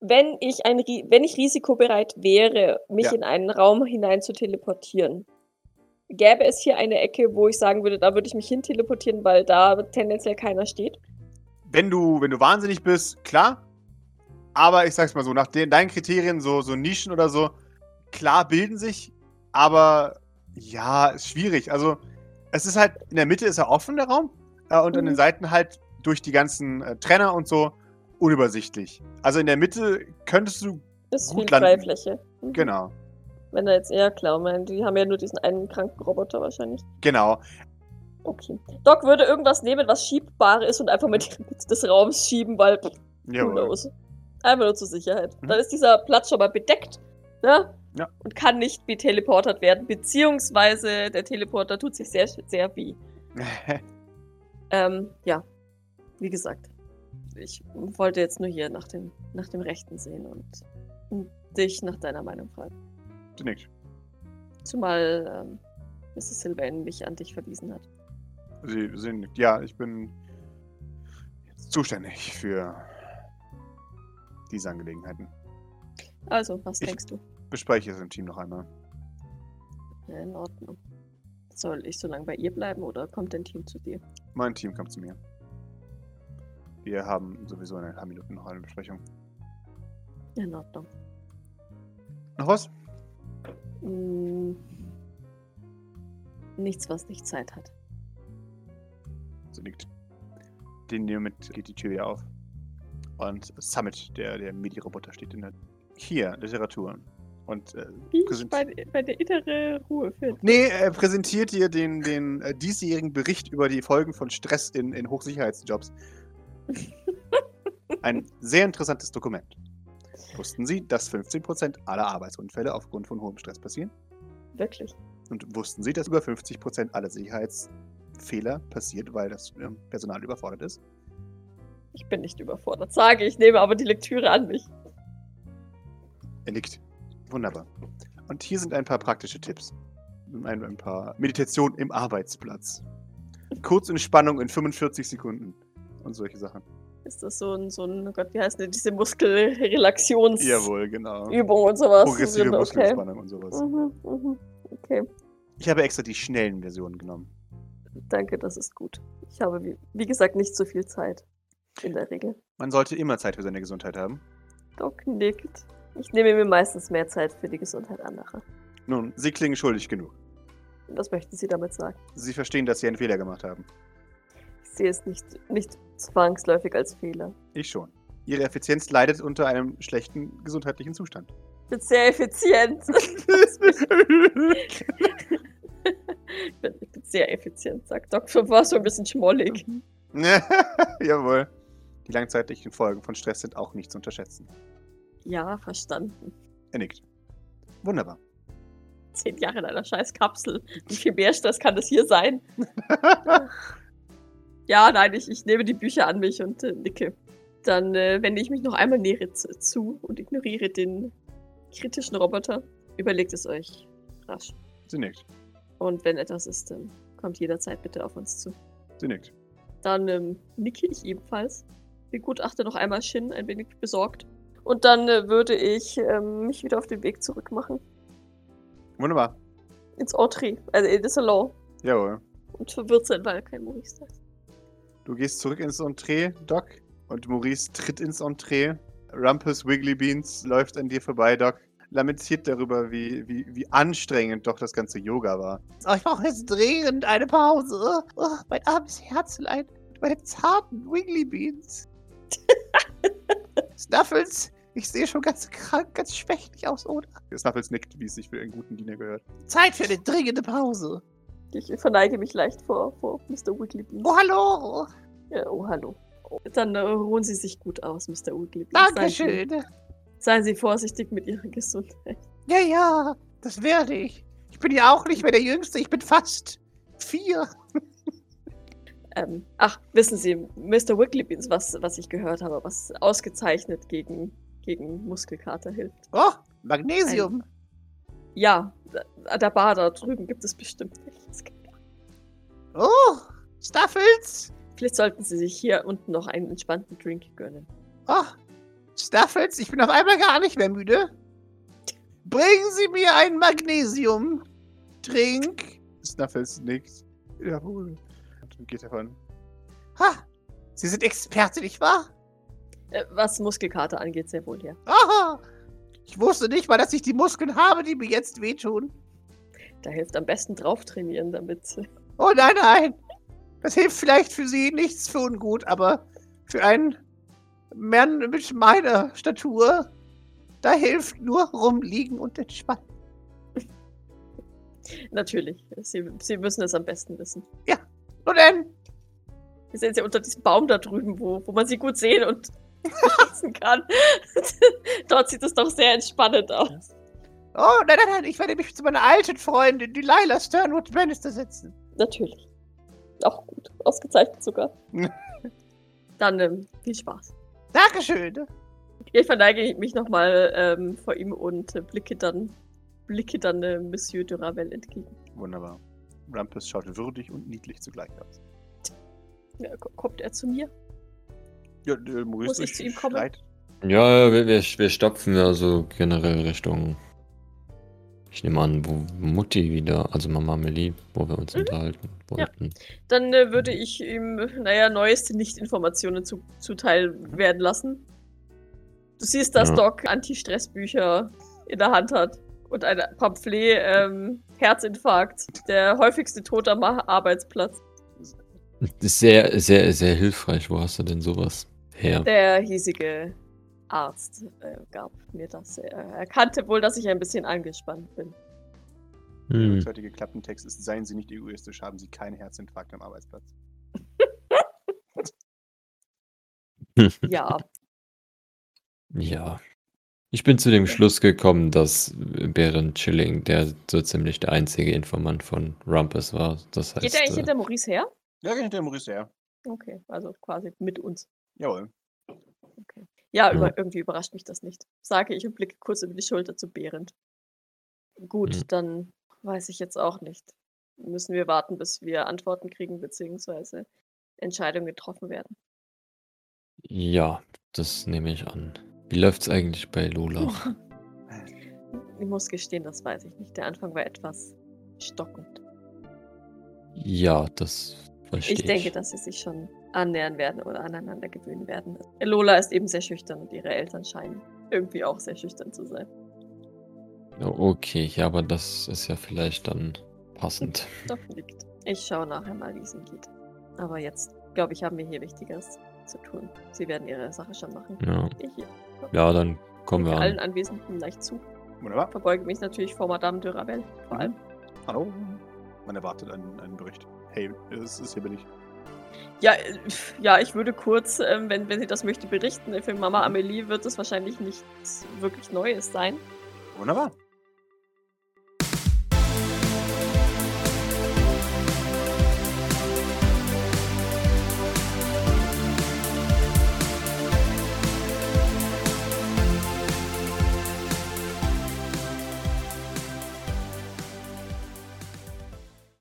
wenn, ich ein, Ri- wenn ich risikobereit wäre, mich Ja. in einen Raum hinein zu teleportieren, gäbe es hier eine Ecke, wo ich sagen würde, da würde ich mich hin teleportieren, weil da tendenziell keiner steht? Wenn du, wenn du wahnsinnig bist, klar. Aber ich sag's mal so, nach den, deinen Kriterien, so, so Nischen oder so, klar bilden sich, aber ja, ist schwierig. Also, es ist halt, in der Mitte ist er offen, der Raum, äh, und an den Seiten halt durch die ganzen äh, Trenner und so unübersichtlich. Also in der Mitte könntest du, Das ist Gut viel landen. Freifläche. Mhm. genau, Wenn da jetzt eher klar, meinen, die haben ja nur diesen einen kranken Roboter wahrscheinlich. genau. Okay. Doc würde irgendwas nehmen, was schiebbar ist und einfach mit des Raums schieben, weil pff, Who Jawohl. knows? Einfach nur zur Sicherheit. Mhm. Dann ist dieser Platz schon mal bedeckt, ne? Ja. Und kann nicht beteleportert werden, beziehungsweise der Teleporter tut sich sehr, sehr weh. Ähm, ja. Wie gesagt, ich wollte jetzt nur hier nach dem, nach dem Rechten sehen und, und dich nach deiner Meinung fragen. Sie nickt. Zumal ähm, Mrs. Sylvain mich an dich verwiesen hat. Sie, sie nickt. Ja, ich bin zuständig für diese Angelegenheiten. Also, was Ich- denkst du? Bespreche es im Team noch einmal. Ja, in Ordnung. Soll ich so lange bei ihr bleiben oder kommt dein Team zu dir? Mein Team kommt zu mir. Wir haben sowieso in ein paar Minuten noch eine Besprechung. In Ordnung. Noch was? Mm. Nichts, was nicht Zeit hat. Sie nickt. In dem Moment geht die Tür wieder auf. Und Summit, der, der Medi-Roboter, steht in der. Hier, Literatur. Und äh, Wie ich präsent- meine, meine innere Ruhe finde. Nee, er präsentiert dir den, den äh, diesjährigen Bericht über die Folgen von Stress in, in Hochsicherheitsjobs. Ein sehr interessantes Dokument. Wussten Sie, dass 15% aller Arbeitsunfälle aufgrund von hohem Stress passieren? Wirklich. Und wussten Sie, dass über 50% aller Sicherheitsfehler passiert, weil das ähm, Personal überfordert ist? Ich bin nicht überfordert, sage ich, nehme aber die Lektüre an mich. Er nickt. Wunderbar. Und hier sind ein paar praktische Tipps. Ein, ein paar Meditation im Arbeitsplatz. Kurz in Spannung in 45 Sekunden. Und solche Sachen. Ist das so ein, so ein, Gott, wie heißt denn diese Muskelrelaxions... Jawohl, genau. Übung und sowas. Progressive sind, okay. Muskelspannung und sowas. Mhm, mhm. Okay, Ich habe extra die schnellen Versionen genommen. danke, das ist gut. Ich habe, wie, wie gesagt, nicht so viel Zeit. In der Regel. Man sollte immer Zeit für seine Gesundheit haben. Doc nickt. Ich nehme mir meistens mehr Zeit für die Gesundheit anderer. Nun, Sie klingen schuldig genug. Was möchten Sie damit sagen? Sie verstehen, dass Sie einen Fehler gemacht haben. Ich sehe es nicht, nicht zwangsläufig als Fehler. Ich schon. Ihre Effizienz leidet unter einem schlechten gesundheitlichen Zustand. Ich bin sehr effizient. Das ist mich- ich, bin, ich bin sehr effizient, sagt Doc. Schon war so ein bisschen schmollig. Jawohl. Die langzeitlichen Folgen von Stress sind auch nicht zu unterschätzen. Ja, verstanden. Er nickt. Wunderbar. Zehn Jahre in einer scheiß Kapsel. Wie viel mehr Stress kann das hier sein? ja, nein, ich, ich nehme die Bücher an mich und äh, nicke. Dann äh, wende ich mich noch einmal näher zu, zu und ignoriere den kritischen Roboter. Überlegt es euch rasch. Sie nickt. Und wenn etwas ist, dann kommt jederzeit bitte auf uns zu. Sie nickt. Dann ähm, nicke ich ebenfalls. Begutachte noch einmal Shin, ein wenig besorgt. Und dann äh, würde ich ähm, mich wieder auf den Weg zurück machen. Wunderbar. Ins Autry, also in den Salon. Jawohl. Und verwirrt sein, weil kein Maurice da ist. Du gehst zurück ins Entree, Doc, und Maurice tritt ins Entree. Rumpus Wiggly Beans läuft an dir vorbei, Doc, lamentiert darüber, wie, wie, wie anstrengend doch das ganze Yoga war. Oh, ich brauche jetzt dringend eine Pause. Oh, mein armes Herzlein. Meine zarten Wiggly Beans. Snuffles, ich sehe schon ganz krank, ganz schwächlich aus, oder? Snuffles nickt, wie es sich für einen guten Diener gehört. Zeit für eine dringende Pause. Ich verneige mich leicht vor, vor Mr. Wigglybean. Oh, hallo. Ja, oh, hallo. Dann äh, ruhen Sie sich gut aus, Mr. Wigglybean. Seien Dankeschön. Sie, seien Sie vorsichtig mit Ihrer Gesundheit. Ja, ja, das werde ich. Ich bin ja auch nicht mehr der Jüngste. Ich bin fast vier. Ähm, ach, wissen Sie, Mr. Wigglybeans, was, was ich gehört habe, was ausgezeichnet gegen, gegen Muskelkater hilft. Oh, Magnesium. Ja, da- der Bar da drüben gibt es bestimmt welches. Oh, Staffels. Vielleicht sollten Sie sich hier unten noch einen entspannten Drink gönnen. Oh, Staffels. Ich bin auf einmal gar nicht mehr müde. Bringen Sie mir ein Magnesium. Trink. Snuffles nickt. Jawohl. Und geht davon. Ha, Sie sind Experte, nicht wahr? Äh, was Muskelkater angeht, sehr wohl, ja. Aha. Ich wusste nicht mal, dass ich die Muskeln habe, die mir jetzt wehtun. Da hilft am besten drauf trainieren, damit. Oh nein, nein. Das hilft vielleicht für Sie nichts für ungut, aber für einen Mann mit meiner Statur, da hilft nur rumliegen und entspannen. Natürlich, Sie, Sie müssen es am besten wissen. Nun denn, Wir sind ja unter diesem Baum da drüben, wo, wo man sie gut sehen und schützen kann. Dort sieht es doch sehr entspannend aus. oh nein, nein, nein, ich werde mich zu meiner alten Freundin, die Lila Sternwood Bannister, setzen. Natürlich. Auch gut. Ausgezeichnet sogar. Dann ähm, viel Spaß. Dankeschön. Ich verneige mich nochmal ähm, vor ihm und äh, blicke dann, blicke dann äh, Monsieur Duravel entgegen. Wunderbar. Rumpus schaut würdig und niedlich zugleich aus. Ja, ko- kommt er zu mir? Ja, der Maurice Muss ich zu ihm kommen? schreit. Ja, ja, wir, wir, wir stapfen also generell Richtung. Ich nehme an, wo Mutti wieder, also Mama Amelie, wo wir uns unterhalten wollten. Dann äh, würde ich ihm, naja, neueste Nicht-Informationen zu, zuteil werden lassen. Du siehst, dass Ja. Doc Anti-Stress-Bücher in der Hand hat und ein Pamphlet, ähm, Herzinfarkt, der häufigste Tod am Ar- Arbeitsplatz. Sehr, sehr, sehr hilfreich. Wo hast du denn sowas her? Der hiesige Arzt äh, gab mir das. äh, Er erkannte wohl, dass ich ein bisschen angespannt bin. Der Hm. rückseitige Klappentext ist: Seien Sie nicht egoistisch, haben Sie keinen Herzinfarkt am Arbeitsplatz. Ja, Ja. Ich bin zu dem Schluss gekommen, dass Baron Chilling der so ziemlich der einzige Informant von Rumpus war. Das heißt, geht er eigentlich äh, hinter Maurice her? Ja, geht der Maurice her. Okay, also quasi mit uns. Jawohl. Okay. Ja, Ja. über, irgendwie überrascht mich das nicht. Sage ich und blicke kurz über die Schulter zu Behrend. Gut, Mhm. dann weiß ich jetzt auch nicht. Müssen wir warten, bis wir Antworten kriegen, beziehungsweise Entscheidungen getroffen werden. Ja, das nehme ich an. Wie läuft's eigentlich bei Lola? Ich muss gestehen, das weiß ich nicht. Der Anfang war etwas stockend. Ja, das verstehe ich. Ich denke, dass sie sich schon annähern werden oder aneinander gewöhnen werden. Lola ist eben sehr schüchtern und ihre Eltern scheinen irgendwie auch sehr schüchtern zu sein. Okay, ja, aber das ist ja vielleicht dann passend. Doch liegt. Ich schaue nachher mal, wie es ihm geht. Aber jetzt, glaube ich, haben wir hier Wichtigeres zu tun. Sie werden ihre Sache schon machen. Ja, Ich ja dann kommen nicke wir allen an. Anwesenden leicht zu. Wunderbar. Verbeuge mich natürlich vor Madame de Ravel. Vor Mhm. allem. Hallo. Man erwartet einen, einen Bericht. Hey, es ist hier bin ich. Ja, äh, pf, ja, ich würde kurz, ähm, wenn, wenn sie das möchte, berichten. Für Mama Amelie wird es wahrscheinlich nichts wirklich Neues sein. Wunderbar.